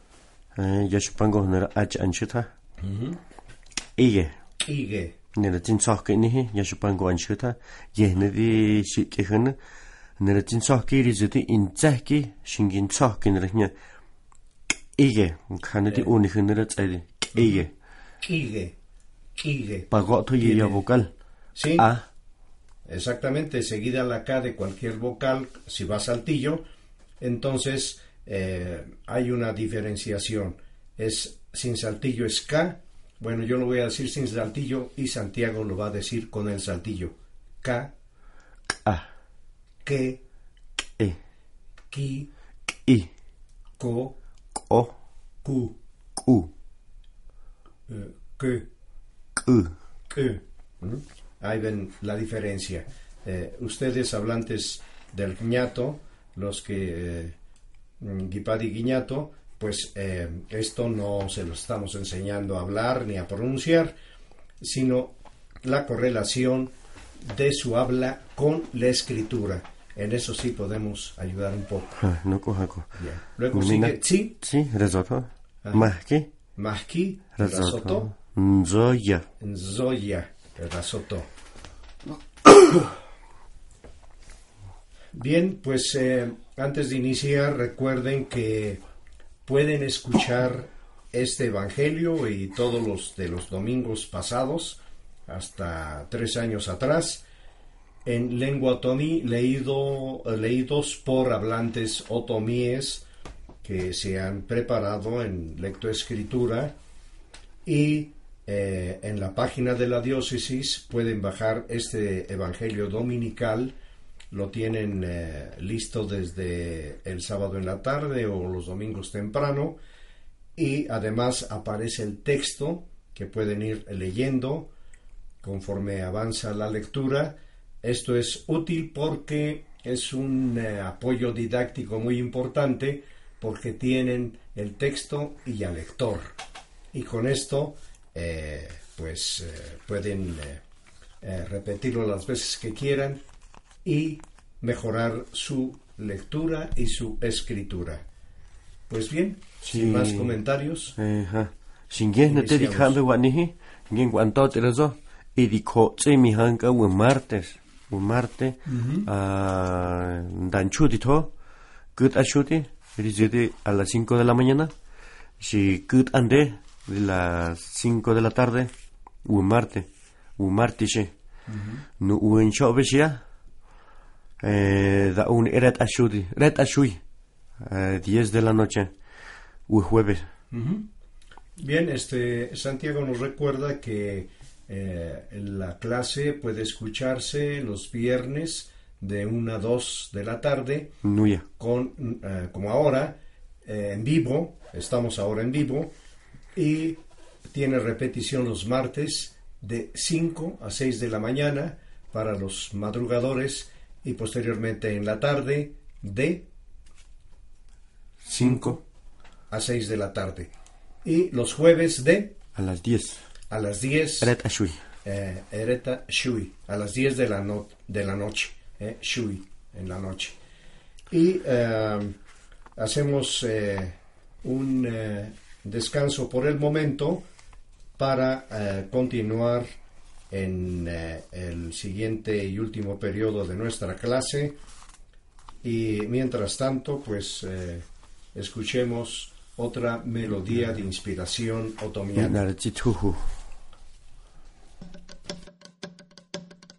[SPEAKER 3] Eh, ya supongo nere h anchita. Iye.
[SPEAKER 2] Ige.
[SPEAKER 3] Nere tin sohke nihi, ya supongo anchuta, yehne di shikkehene, nere tin sohke rizuti in zahki, shingin sohke nere hne. Ige, kane di unihe nere tsedi. Ige,
[SPEAKER 2] Ige. Ige.
[SPEAKER 3] pagoto y ya vocal.
[SPEAKER 2] Sí,
[SPEAKER 3] A,
[SPEAKER 2] exactamente. Seguida la K de cualquier vocal, si va saltillo, entonces eh, hay una diferenciación. Es sin saltillo es K. Bueno, yo lo voy a decir sin saltillo y Santiago lo va a decir con el saltillo. K,
[SPEAKER 3] a,
[SPEAKER 2] que,
[SPEAKER 3] e,
[SPEAKER 2] ki,
[SPEAKER 3] i,
[SPEAKER 2] ko,
[SPEAKER 3] o,
[SPEAKER 2] ku,
[SPEAKER 3] u,
[SPEAKER 2] eh, que.
[SPEAKER 3] u.
[SPEAKER 2] que. ¿Mm? Ahí ven la diferencia. Eh, ustedes hablantes del guiñato, los que eh, mm, guipadi guiñato, pues eh, esto no se lo estamos enseñando a hablar ni a pronunciar, sino la correlación de su habla con la escritura. En eso sí podemos ayudar un poco.
[SPEAKER 3] Ja, no cojaco.
[SPEAKER 2] Ya. Luego
[SPEAKER 3] Mina.
[SPEAKER 2] sigue tsi,
[SPEAKER 3] Sí, risotto. Mahki,
[SPEAKER 2] majki,
[SPEAKER 3] risotto.
[SPEAKER 2] rasoto,
[SPEAKER 3] Nzoya.
[SPEAKER 2] Zoya Rasoto. Bien, pues eh, antes de iniciar, recuerden que pueden escuchar este evangelio y todos los de los domingos pasados, hasta tres años atrás, en lengua otomí, leído, leídos por hablantes otomíes que se han preparado en lectoescritura y eh, en la página de la diócesis pueden bajar este Evangelio Dominical. Lo tienen eh, listo desde el sábado en la tarde o los domingos temprano. Y además aparece el texto que pueden ir leyendo conforme avanza la lectura. Esto es útil porque es un eh, apoyo didáctico muy importante porque tienen el texto y al lector. Y con esto, eh, pues eh, pueden repetirlo las veces que quieran y mejorar su lectura y su escritura. Pues bien,
[SPEAKER 3] Sí.
[SPEAKER 2] sin más comentarios,
[SPEAKER 3] Ajá. Singen te di
[SPEAKER 2] Iniciamos.
[SPEAKER 3] cambe guanihi. Ngin guanto te rezo. Y di coche mi hanka un martes. Un martes. Ah, Dan chuti to. Gut a chuti. Rizete a las 5 de la mañana. Si gut ande. De las 5 de la tarde. Un martes. Un martes. sí. No un chove sí, ya. Eh, Da un red a chuti. Red a chuy. 10 de la noche. Un jueves.
[SPEAKER 2] bien, este Santiago nos recuerda que eh, la clase puede escucharse los viernes de 1 a 2 de la tarde
[SPEAKER 3] Nuya.
[SPEAKER 2] con, eh, como ahora, eh, en vivo, estamos ahora en vivo, y tiene repetición los martes de 5 a 6 de la mañana para los madrugadores y posteriormente en la tarde de
[SPEAKER 3] 5
[SPEAKER 2] a 6 de la tarde. Y los jueves de
[SPEAKER 3] a las 10.
[SPEAKER 2] a las 10,
[SPEAKER 3] Red Ashui.
[SPEAKER 2] eh, Ereta Shui, a las 10 de la, no- de la noche, eh, Shui, en la noche. Y eh, hacemos eh, un eh, descanso por el momento para eh, continuar en eh, el siguiente y último periodo de nuestra clase. Y mientras tanto, pues eh, escuchemos otra melodía de inspiración otomiana.
[SPEAKER 3] Narchichuhu.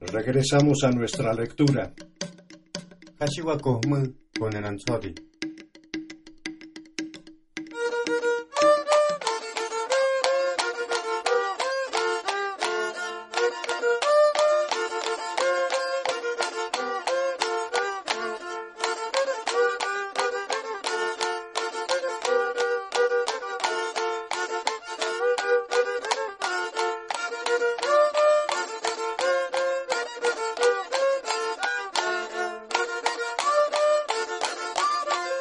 [SPEAKER 2] Regresamos a nuestra lectura.
[SPEAKER 3] Kashiwa kohmu con el anzori.
[SPEAKER 4] Thank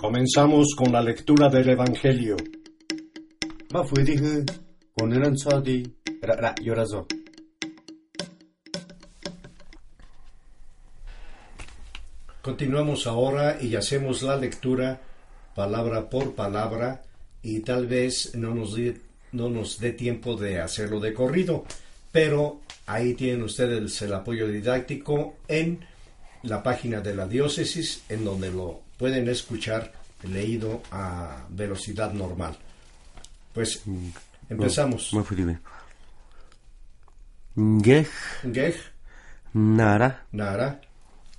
[SPEAKER 2] Comenzamos con la lectura del Evangelio.
[SPEAKER 3] Ma fui di hư, 오늘은 서디 라라 요라서
[SPEAKER 2] Continuamos ahora y hacemos la lectura palabra por palabra y tal vez no nos dé no nos dé tiempo de hacerlo de corrido, pero ahí tienen ustedes el apoyo didáctico en la página de la diócesis en donde lo pueden escuchar leído a velocidad normal. Pues empezamos.
[SPEAKER 3] 마 fui di 게
[SPEAKER 2] Gej,
[SPEAKER 3] 나라
[SPEAKER 2] Nara,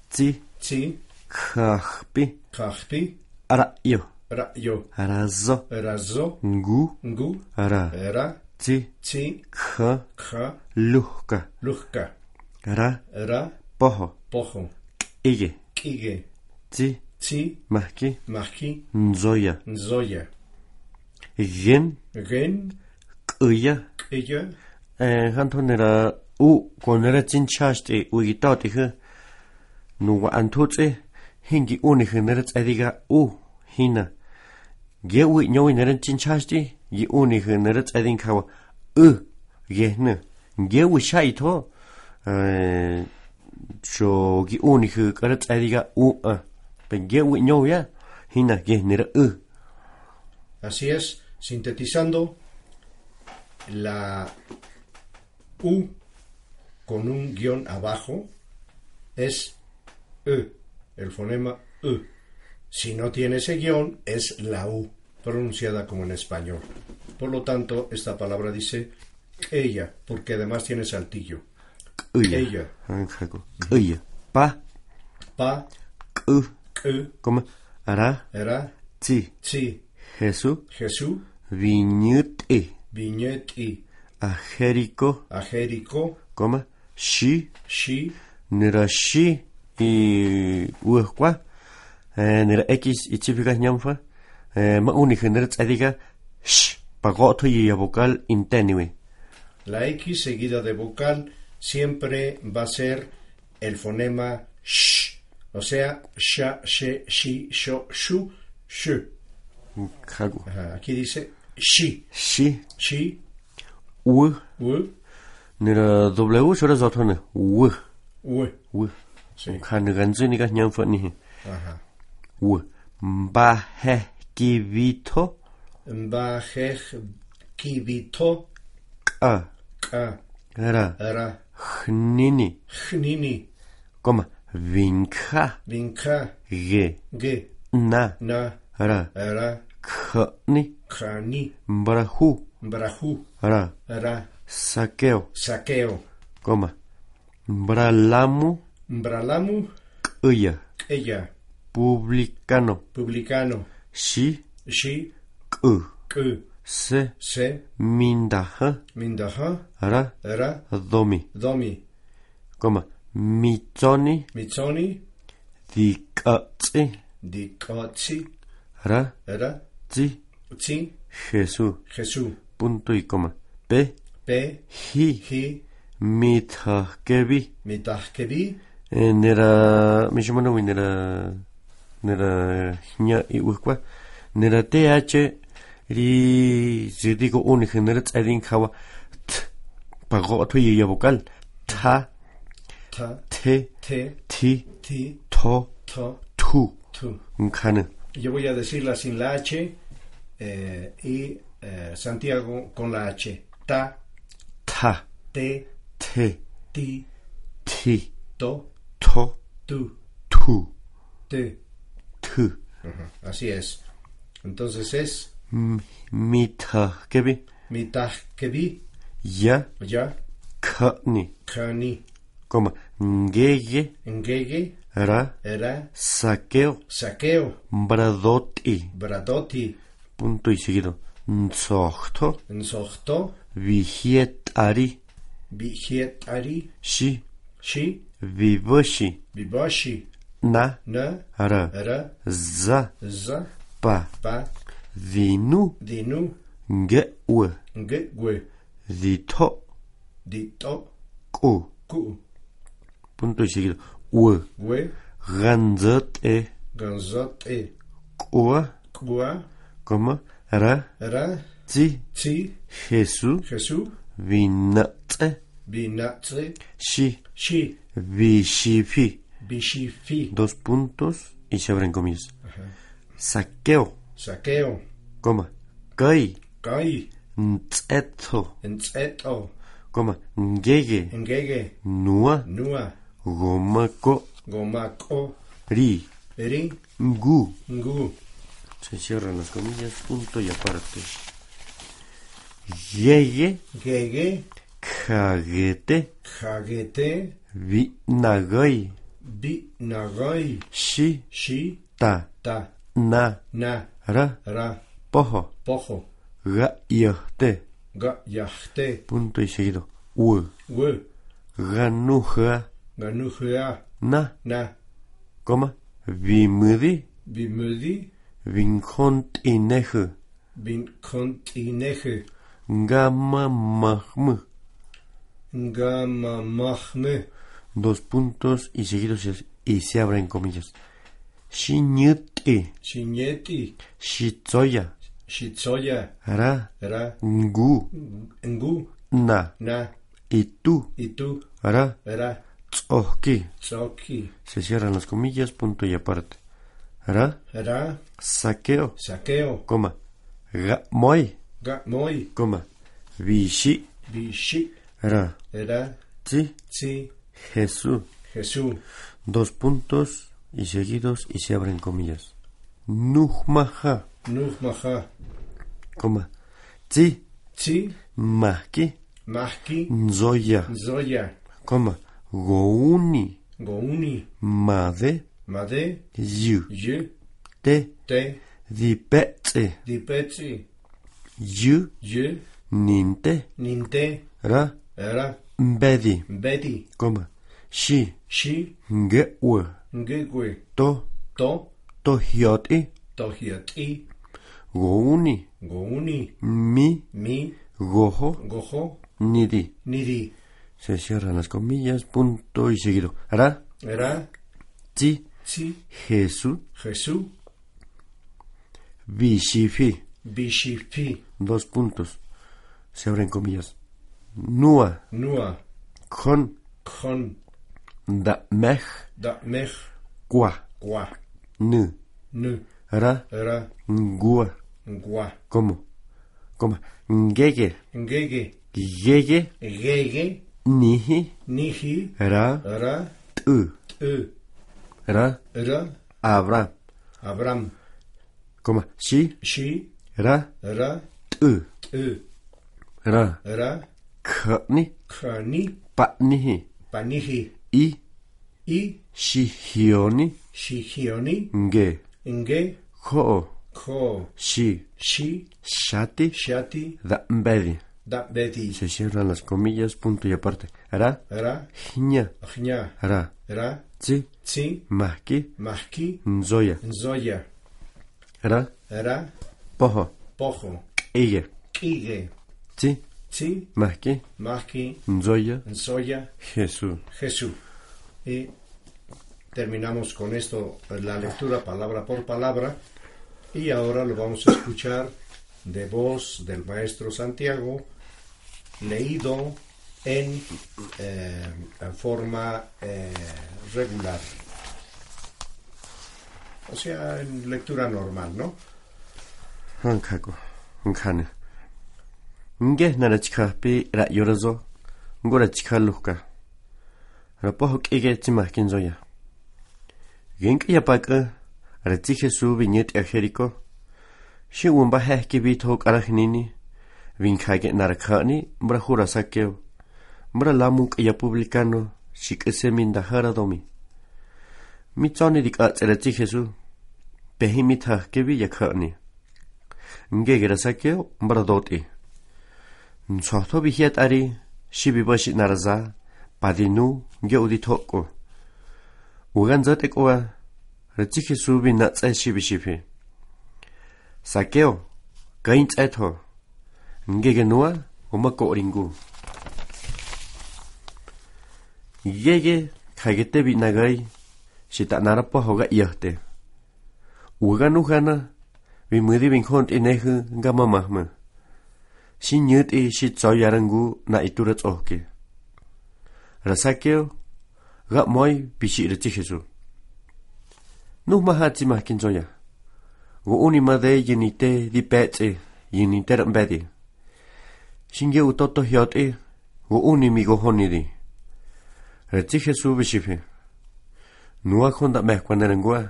[SPEAKER 3] 지
[SPEAKER 2] Tsi,
[SPEAKER 3] 카피
[SPEAKER 2] Kajpi,
[SPEAKER 3] 아라요
[SPEAKER 2] Rayo,
[SPEAKER 3] 알아서
[SPEAKER 2] Razo,
[SPEAKER 3] 구
[SPEAKER 2] Ngu,
[SPEAKER 3] 알아
[SPEAKER 2] Era,
[SPEAKER 3] 지
[SPEAKER 2] Tsi,
[SPEAKER 3] 카
[SPEAKER 2] Kja,
[SPEAKER 3] 루카
[SPEAKER 2] Lujka,
[SPEAKER 3] 라
[SPEAKER 2] Era,
[SPEAKER 3] 보호
[SPEAKER 2] Pojo,
[SPEAKER 3] 이게
[SPEAKER 2] Kige,
[SPEAKER 3] 지
[SPEAKER 2] Tsi,
[SPEAKER 3] 마키
[SPEAKER 2] Maji,
[SPEAKER 3] 조야
[SPEAKER 2] Nzoya,
[SPEAKER 3] 겐
[SPEAKER 2] Gen,
[SPEAKER 3] 끄야
[SPEAKER 2] Ella,
[SPEAKER 3] Eh, han tonera u konera chin chashte u ¿eh? gitao te he nu wa an totse hingi u ne henera tsadiga eh, u hina ge u nyo nera chin chashte gi u ne henera tsadin kawa eh, u ge ne ge u shai to eh cho gi u ne he kara tsadiga eh, u a pe ge u nyo ya hina ge nera u
[SPEAKER 2] Así es, sintetizando la U con un guión abajo es E, el fonema E. Si no tiene ese guión, es la U, pronunciada como en español. Por lo tanto, esta palabra dice ella, porque además tiene saltillo.
[SPEAKER 3] u
[SPEAKER 2] Ella.
[SPEAKER 3] ya han kago u ya pa
[SPEAKER 2] Pa,
[SPEAKER 3] u
[SPEAKER 2] que,
[SPEAKER 3] como ara
[SPEAKER 2] era,
[SPEAKER 3] ti
[SPEAKER 2] si,
[SPEAKER 3] Jesús
[SPEAKER 2] Jesús,
[SPEAKER 3] viñute
[SPEAKER 2] viñet y
[SPEAKER 3] a Jericó,
[SPEAKER 2] a Jericó,
[SPEAKER 3] coma, shi,
[SPEAKER 2] shi,
[SPEAKER 3] nera shi y uescua, nera x y chipica ñamfa, eh, ma unige nera tzadiga, sh, pagoto y a vocal intenue.
[SPEAKER 2] La X seguida de vocal siempre va a ser el fonema sh, o sea, sha, she, shi, sho, shu, shu.
[SPEAKER 3] Jago,
[SPEAKER 2] Ajá, Aquí dice shi,
[SPEAKER 3] shi,
[SPEAKER 2] shi,
[SPEAKER 3] u,
[SPEAKER 2] u,
[SPEAKER 3] nera w, sora zotone, u,
[SPEAKER 2] u.
[SPEAKER 3] u,
[SPEAKER 2] Sí.
[SPEAKER 3] kaneganzu niga ñamfa ni,
[SPEAKER 2] Ajá.
[SPEAKER 3] u, mbaje, kivito,
[SPEAKER 2] Mbajej, kibito,
[SPEAKER 3] a,
[SPEAKER 2] ka,
[SPEAKER 3] ra,
[SPEAKER 2] ra,
[SPEAKER 3] jnini,
[SPEAKER 2] jnini,
[SPEAKER 3] coma, vinja,
[SPEAKER 2] vinka,
[SPEAKER 3] ge,
[SPEAKER 2] ge,
[SPEAKER 3] na,
[SPEAKER 2] na,
[SPEAKER 3] ra,
[SPEAKER 2] ra,
[SPEAKER 3] khni,
[SPEAKER 2] kani,
[SPEAKER 3] brahu,
[SPEAKER 2] brahu,
[SPEAKER 3] ra,
[SPEAKER 2] ra,
[SPEAKER 3] saqueo,
[SPEAKER 2] saqueo,
[SPEAKER 3] coma, bralamu,
[SPEAKER 2] bralamu,
[SPEAKER 3] ella,
[SPEAKER 2] ella,
[SPEAKER 3] publicano,
[SPEAKER 2] publicano,
[SPEAKER 3] shi,
[SPEAKER 2] shi,
[SPEAKER 3] ku,
[SPEAKER 2] que
[SPEAKER 3] se,
[SPEAKER 2] se
[SPEAKER 3] mindaha,
[SPEAKER 2] mindaha
[SPEAKER 3] ra,
[SPEAKER 2] era
[SPEAKER 3] domi,
[SPEAKER 2] domi
[SPEAKER 3] coma, mitoni,
[SPEAKER 2] mitsoni
[SPEAKER 3] dikatsi,
[SPEAKER 2] dikotsi
[SPEAKER 3] ra,
[SPEAKER 2] era
[SPEAKER 3] tsi,
[SPEAKER 2] tsi
[SPEAKER 3] Jesús,
[SPEAKER 2] Jesús
[SPEAKER 3] punto y coma, pe,
[SPEAKER 2] pe
[SPEAKER 3] hi,
[SPEAKER 2] hi
[SPEAKER 3] mitahkevi,
[SPEAKER 2] mitahkebi
[SPEAKER 3] Eh, Nera, mi llamo no, nera, nera, ña y uescua, nera TH, ri, si digo un genera tsadin jawa, t, pagó tu y ya vocal, ta,
[SPEAKER 2] ta
[SPEAKER 3] te,
[SPEAKER 2] te
[SPEAKER 3] ti,
[SPEAKER 2] ti
[SPEAKER 3] to,
[SPEAKER 2] to
[SPEAKER 3] tu,
[SPEAKER 2] tu
[SPEAKER 3] un cane.
[SPEAKER 2] yo voy a decirla sin la h eh, y eh, Santiago con la h ta
[SPEAKER 3] ta,
[SPEAKER 2] te
[SPEAKER 3] te,
[SPEAKER 2] ti
[SPEAKER 3] ti,
[SPEAKER 2] to
[SPEAKER 3] to,
[SPEAKER 2] tu
[SPEAKER 3] tu,
[SPEAKER 2] te
[SPEAKER 3] tu,
[SPEAKER 2] así es entonces es
[SPEAKER 3] 음, mi ta, que vi,
[SPEAKER 2] mitahkebi
[SPEAKER 3] ya,
[SPEAKER 2] ya
[SPEAKER 3] kani,
[SPEAKER 2] kani
[SPEAKER 3] como, ngeye,
[SPEAKER 2] Ngege
[SPEAKER 3] ra,
[SPEAKER 2] era
[SPEAKER 3] saqueo,
[SPEAKER 2] saqueo,
[SPEAKER 3] Bradoti.
[SPEAKER 2] Bradoti,
[SPEAKER 3] Punto y seguido. Nzohto.
[SPEAKER 2] Nzohto,
[SPEAKER 3] Vihietari.
[SPEAKER 2] Bihietari,
[SPEAKER 3] Shi.
[SPEAKER 2] Shi,
[SPEAKER 3] Vivoshi.
[SPEAKER 2] Biboshi,
[SPEAKER 3] Na.
[SPEAKER 2] Na,
[SPEAKER 3] Ra.
[SPEAKER 2] Ra,
[SPEAKER 3] Za.
[SPEAKER 2] Za,
[SPEAKER 3] Pa.
[SPEAKER 2] Pa,
[SPEAKER 3] Vinu.
[SPEAKER 2] Dinu,
[SPEAKER 3] Ngewe.
[SPEAKER 2] Ngegwe,
[SPEAKER 3] Dito.
[SPEAKER 2] Dito,
[SPEAKER 3] Ku.
[SPEAKER 2] Ku,
[SPEAKER 3] Punto y seguido. U.
[SPEAKER 2] We,
[SPEAKER 3] Ganzete.
[SPEAKER 2] Ganzote,
[SPEAKER 3] Cua,
[SPEAKER 2] Cuá,
[SPEAKER 3] coma, ra,
[SPEAKER 2] Ra,
[SPEAKER 3] ti,
[SPEAKER 2] Tzi,
[SPEAKER 3] Jesu,
[SPEAKER 2] Jesús,
[SPEAKER 3] vinat,
[SPEAKER 2] Binatre,
[SPEAKER 3] shi,
[SPEAKER 2] Shi,
[SPEAKER 3] vishifi.
[SPEAKER 2] Bishifi,
[SPEAKER 3] Dos puntos y se abren comillas. Saqueo,
[SPEAKER 2] Saqueo,
[SPEAKER 3] coma, kai,
[SPEAKER 2] Kai,
[SPEAKER 3] nteto,
[SPEAKER 2] Enzeto,
[SPEAKER 3] coma, ngege,
[SPEAKER 2] Engege,
[SPEAKER 3] nua,
[SPEAKER 2] Nua,
[SPEAKER 3] gomako,
[SPEAKER 2] Gomako,
[SPEAKER 3] ri,
[SPEAKER 2] Eri,
[SPEAKER 3] ngu.
[SPEAKER 2] Ngu,
[SPEAKER 3] Se cierran las comillas, punto y aparte. Yeye,
[SPEAKER 2] Gege,
[SPEAKER 3] kagete,
[SPEAKER 2] Kagete,
[SPEAKER 3] vinagai,
[SPEAKER 2] Binagai,
[SPEAKER 3] shi,
[SPEAKER 2] Shi,
[SPEAKER 3] ta,
[SPEAKER 2] Ta,
[SPEAKER 3] na,
[SPEAKER 2] Na,
[SPEAKER 3] ra,
[SPEAKER 2] Ra,
[SPEAKER 3] pojo,
[SPEAKER 2] Pojo,
[SPEAKER 3] ga, yohte,
[SPEAKER 2] Ga, Yahte,
[SPEAKER 3] punto y seguido. U,
[SPEAKER 2] We,
[SPEAKER 3] ganuja,
[SPEAKER 2] Ganujea,
[SPEAKER 3] na,
[SPEAKER 2] Na,
[SPEAKER 3] coma, vimudi,
[SPEAKER 2] Bimudi,
[SPEAKER 3] vincontinej,
[SPEAKER 2] Binkontineje,
[SPEAKER 3] gama, mahm,
[SPEAKER 2] Gama, Mahme,
[SPEAKER 3] dos puntos y seguidos y- y se abren comillas. Shiñuti,
[SPEAKER 2] Shiñeti,
[SPEAKER 3] shitsoya,
[SPEAKER 2] Shitsoya,
[SPEAKER 3] ra,
[SPEAKER 2] Ra,
[SPEAKER 3] ngu,
[SPEAKER 2] Ngu,
[SPEAKER 3] na,
[SPEAKER 2] Na,
[SPEAKER 3] y tú,
[SPEAKER 2] y tú,
[SPEAKER 3] ra,
[SPEAKER 2] Ra,
[SPEAKER 3] tsohki.
[SPEAKER 2] Tsoki,
[SPEAKER 3] Se cierran las comillas, punto y aparte. Ra,
[SPEAKER 2] Ra,
[SPEAKER 3] saqueo,
[SPEAKER 2] Saqueo,
[SPEAKER 3] coma, ga, moi,
[SPEAKER 2] Ga, Moi,
[SPEAKER 3] coma, vishi,
[SPEAKER 2] Bishi,
[SPEAKER 3] ra,
[SPEAKER 2] Ra,
[SPEAKER 3] ti,
[SPEAKER 2] Tzi,
[SPEAKER 3] Jesús.
[SPEAKER 2] Jesús,
[SPEAKER 3] Dos puntos y seguidos y se abren comillas. Nuhmaha,
[SPEAKER 2] Nuh, Maha,
[SPEAKER 3] coma, ti,
[SPEAKER 2] Tzi,
[SPEAKER 3] mahki,
[SPEAKER 2] Mahki,
[SPEAKER 3] nzoya,
[SPEAKER 2] Zoya,
[SPEAKER 3] coma, gouni,
[SPEAKER 2] Gouni,
[SPEAKER 3] made,
[SPEAKER 2] Made,
[SPEAKER 3] yu,
[SPEAKER 2] Ye,
[SPEAKER 3] te,
[SPEAKER 2] Te,
[SPEAKER 3] dipete,
[SPEAKER 2] Dipetzi,
[SPEAKER 3] yu,
[SPEAKER 2] Ye,
[SPEAKER 3] ninte,
[SPEAKER 2] Ninte,
[SPEAKER 3] ra,
[SPEAKER 2] Ra,
[SPEAKER 3] bedi,
[SPEAKER 2] Beti,
[SPEAKER 3] coma, shi,
[SPEAKER 2] Shi,
[SPEAKER 3] ngewe,
[SPEAKER 2] Ngegwe,
[SPEAKER 3] to,
[SPEAKER 2] To,
[SPEAKER 3] tohioti,
[SPEAKER 2] Tohiati,
[SPEAKER 3] gouni,
[SPEAKER 2] Gouni,
[SPEAKER 3] mi,
[SPEAKER 2] Mi,
[SPEAKER 3] gojo,
[SPEAKER 2] Gojo,
[SPEAKER 3] nidi.
[SPEAKER 2] Nidi,
[SPEAKER 3] Se cierran las comillas, punto y seguido. Ra,
[SPEAKER 2] Ra,
[SPEAKER 3] ti,
[SPEAKER 2] Tzi,
[SPEAKER 3] Jesús,
[SPEAKER 2] Jesús,
[SPEAKER 3] vishifi,
[SPEAKER 2] Bishifi,
[SPEAKER 3] dos puntos. Se abren comillas. Nua,
[SPEAKER 2] Nua,
[SPEAKER 3] con,
[SPEAKER 2] Con,
[SPEAKER 3] da, mej,
[SPEAKER 2] Da, Mech,
[SPEAKER 3] qua,
[SPEAKER 2] Gua,
[SPEAKER 3] nu,
[SPEAKER 2] Nu,
[SPEAKER 3] ra,
[SPEAKER 2] Ra,
[SPEAKER 3] ngua,
[SPEAKER 2] Gua,
[SPEAKER 3] como, coma, ngege,
[SPEAKER 2] Ngege,
[SPEAKER 3] yeye,
[SPEAKER 2] Gege,
[SPEAKER 3] nihi,
[SPEAKER 2] Nihi,
[SPEAKER 3] ra,
[SPEAKER 2] Ra,
[SPEAKER 3] tu,
[SPEAKER 2] Te,
[SPEAKER 3] ra,
[SPEAKER 2] Ra,
[SPEAKER 3] abra,
[SPEAKER 2] Abram,
[SPEAKER 3] coma, shi,
[SPEAKER 2] Shi,
[SPEAKER 3] ra,
[SPEAKER 2] Ra,
[SPEAKER 3] tu,
[SPEAKER 2] Te,
[SPEAKER 3] ra,
[SPEAKER 2] Ra,
[SPEAKER 3] kni,
[SPEAKER 2] Kani,
[SPEAKER 3] patnihi,
[SPEAKER 2] Panihi,
[SPEAKER 3] i,
[SPEAKER 2] I,
[SPEAKER 3] shihioni,
[SPEAKER 2] Shihioni,
[SPEAKER 3] nge,
[SPEAKER 2] Nge,
[SPEAKER 3] ho,
[SPEAKER 2] Ko,
[SPEAKER 3] shi,
[SPEAKER 2] Shi,
[SPEAKER 3] shati,
[SPEAKER 2] Shati,
[SPEAKER 3] da, bedi.
[SPEAKER 2] Da, Beti,
[SPEAKER 3] Se cierran las comillas, punto y aparte. Ra,
[SPEAKER 2] Ra,
[SPEAKER 3] jiña,
[SPEAKER 2] Gna,
[SPEAKER 3] ra,
[SPEAKER 2] Ra,
[SPEAKER 3] tsi,
[SPEAKER 2] Tzi,
[SPEAKER 3] masqui,
[SPEAKER 2] Mahki,
[SPEAKER 3] nzoya,
[SPEAKER 2] Zoya,
[SPEAKER 3] ra,
[SPEAKER 2] Ra,
[SPEAKER 3] pojo,
[SPEAKER 2] Pojo,
[SPEAKER 3] ella,
[SPEAKER 2] Kige,
[SPEAKER 3] tsi,
[SPEAKER 2] Tzi,
[SPEAKER 3] masqui,
[SPEAKER 2] Mahki,
[SPEAKER 3] nzoya,
[SPEAKER 2] Zoya,
[SPEAKER 3] Jesús.
[SPEAKER 2] Jesús. Y terminamos con esto, la lectura palabra por palabra. Y ahora lo vamos a escuchar de voz del maestro Santiago, leído en, eh, en forma eh, regular. O sea, en lectura normal, ¿no?
[SPEAKER 3] Ancaco, ancane. Nge narachka pi ra yorazo, gorachka luzca. Rapojo kige tsimaskin zoya. Genk yapaka, rachi Jesús viñet a Jerico. Si un bajeski vito carajnini, vinkage narakani, brajura saqueo. Bralamuk ya publicano, si que se mindajara domi. Mi tsoni dikat rachi Jesús. Pehimita que villacani. ngegrasakeo mbradoti nsohto bihiat ari shibibashi naraza padinu nge uditoko uganzatekoa rechiki subi natsa shibishipi sakeo gaintseto ngegenua umako oringu yege kagete binagai shitanarapo hoga iyahte uga nujana, vi mudi vin hont inehu gama mahma. Si nyut i si tso yarangu na iturat ohke. Rasakeo, gap moi bishi irati jesu. Nuh mahati mahkin zoya. ya. Gu uni made yenite di petse, yenite rambedi. Singe utoto hiot e, gu uni migo honidi. Rati jesu bishifi. Nua honda mehkwanerangua.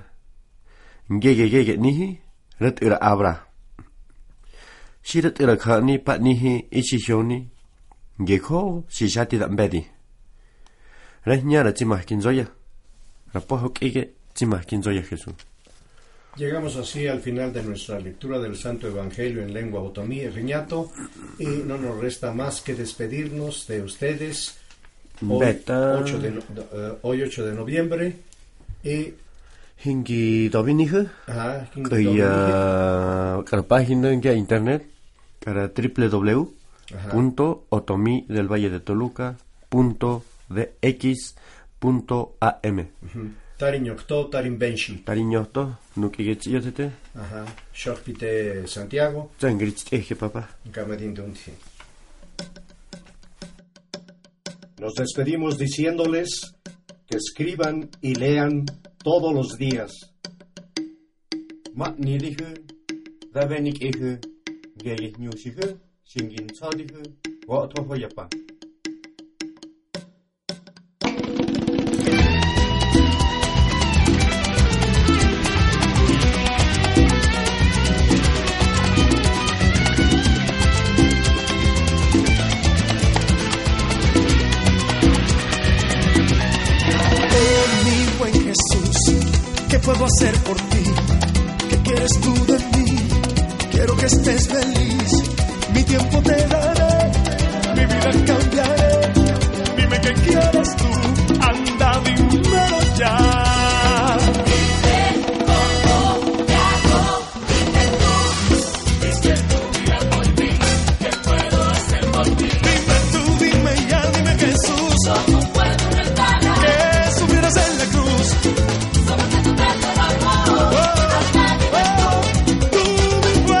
[SPEAKER 3] Ngege gege nihi, rat ira abra. Si rat ira khani pat nihi ichi hioni. Gekho si shati rambedi. Rehnyara chimahkin zoya. Rapohok ege chimahkin zoya jesu.
[SPEAKER 2] Llegamos así al final de nuestra lectura del Santo Evangelio en lengua otomí y riñato y no nos resta más que despedirnos de ustedes hoy
[SPEAKER 3] Beta.
[SPEAKER 2] 8 de, no- eh, hoy 8 de noviembre y
[SPEAKER 3] Hingi dobinihu.
[SPEAKER 2] ajá, King Dominic,
[SPEAKER 3] Kaya carpagina en internet cara www.otomidelvalledetoluca.dx.am
[SPEAKER 2] Tarin Yocto, Tarin Benshi,
[SPEAKER 3] Tariñoto, nukigetziotete,
[SPEAKER 2] ajá, Shorpite Santiago,
[SPEAKER 3] tsangritsiteje, papá.
[SPEAKER 2] Camerín de Unti. Nos despedimos diciéndoles que escriban y lean todos los días.
[SPEAKER 3] Matnilihu, davenikehu, gegitnyushihu, shingintsadihu, gotohoyapa.
[SPEAKER 1] mi buen Jesús, ¿qué puedo hacer por ti? ¿Qué quieres tú de mí? Quiero que estés feliz, mi tiempo te daré, mi vida cambiaré. Dime qué quieres tú, anda, dímelo ya. Dime tú, dime ya, dime Jesús. Que subieras en la cruz. Oh, oh, tú, mi buen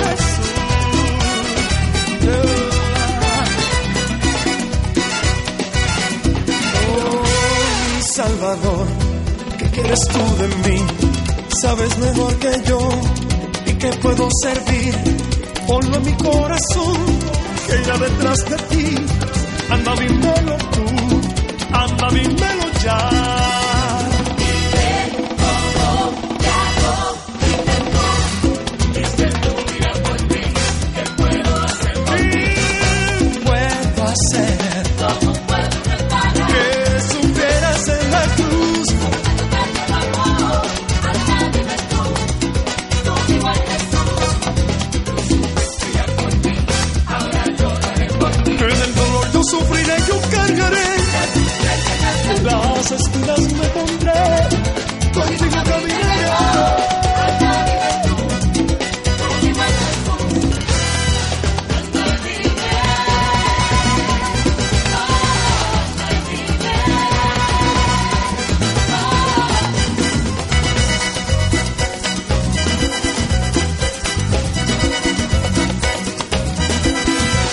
[SPEAKER 1] Jesús. Oh, mi Salvador, ¿qué quieres tú de mí? Sabes mejor que yo y que puedo servir. Ponlo en mi corazón, que irá detrás de ti. Anda, dímelo tú, anda, dímelo ya. ¿Qué puedo hacer? que supieras en la cruz. Que del dolor yo sufriré, yo cargaré. Las espinas me pondré. Contigo caminaré.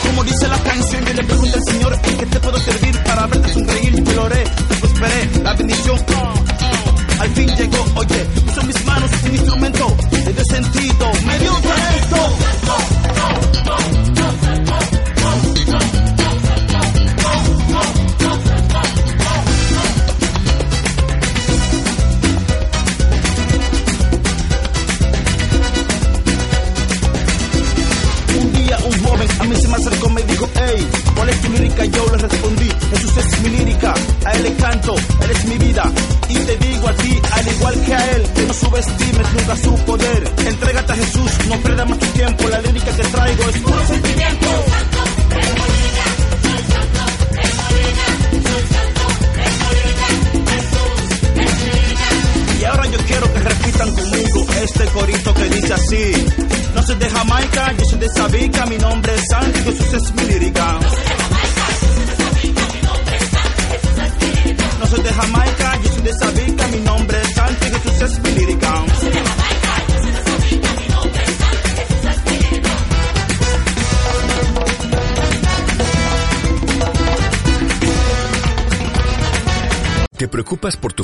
[SPEAKER 4] Como dice la canción, yo le pregunto al Señor ¿en qué te puedo servir para verte sonreír? Lloré, te prosperé, la bendición al fin llegó. Oye, uso mis manos, un instrumento, le dio sentido, me dio talento. Un día un joven a mí se me acercó, me dijo, hey, ¿cuál es tu lírica? Yo le respondí, Jesús es mi lírica, a él le canto, él es mi vida. Y te digo a ti, al igual que a él, que no subestimes nunca su poder. Entrégate a Jesús, no pierdas más tu tiempo, la lírica que traigo es puro sentimiento. Y ahora yo quiero que repitan conmigo este corito que dice así. No soy de Jamaica, yo soy de Sabica, mi nombre es Santi, Jesús es mi lírica. No soy de Jamaica, yo soy de Sabica, mi nombre es Santi, Jesús es mi lírica. No soy de Jamaica,
[SPEAKER 5] ¿Te preocupas por tu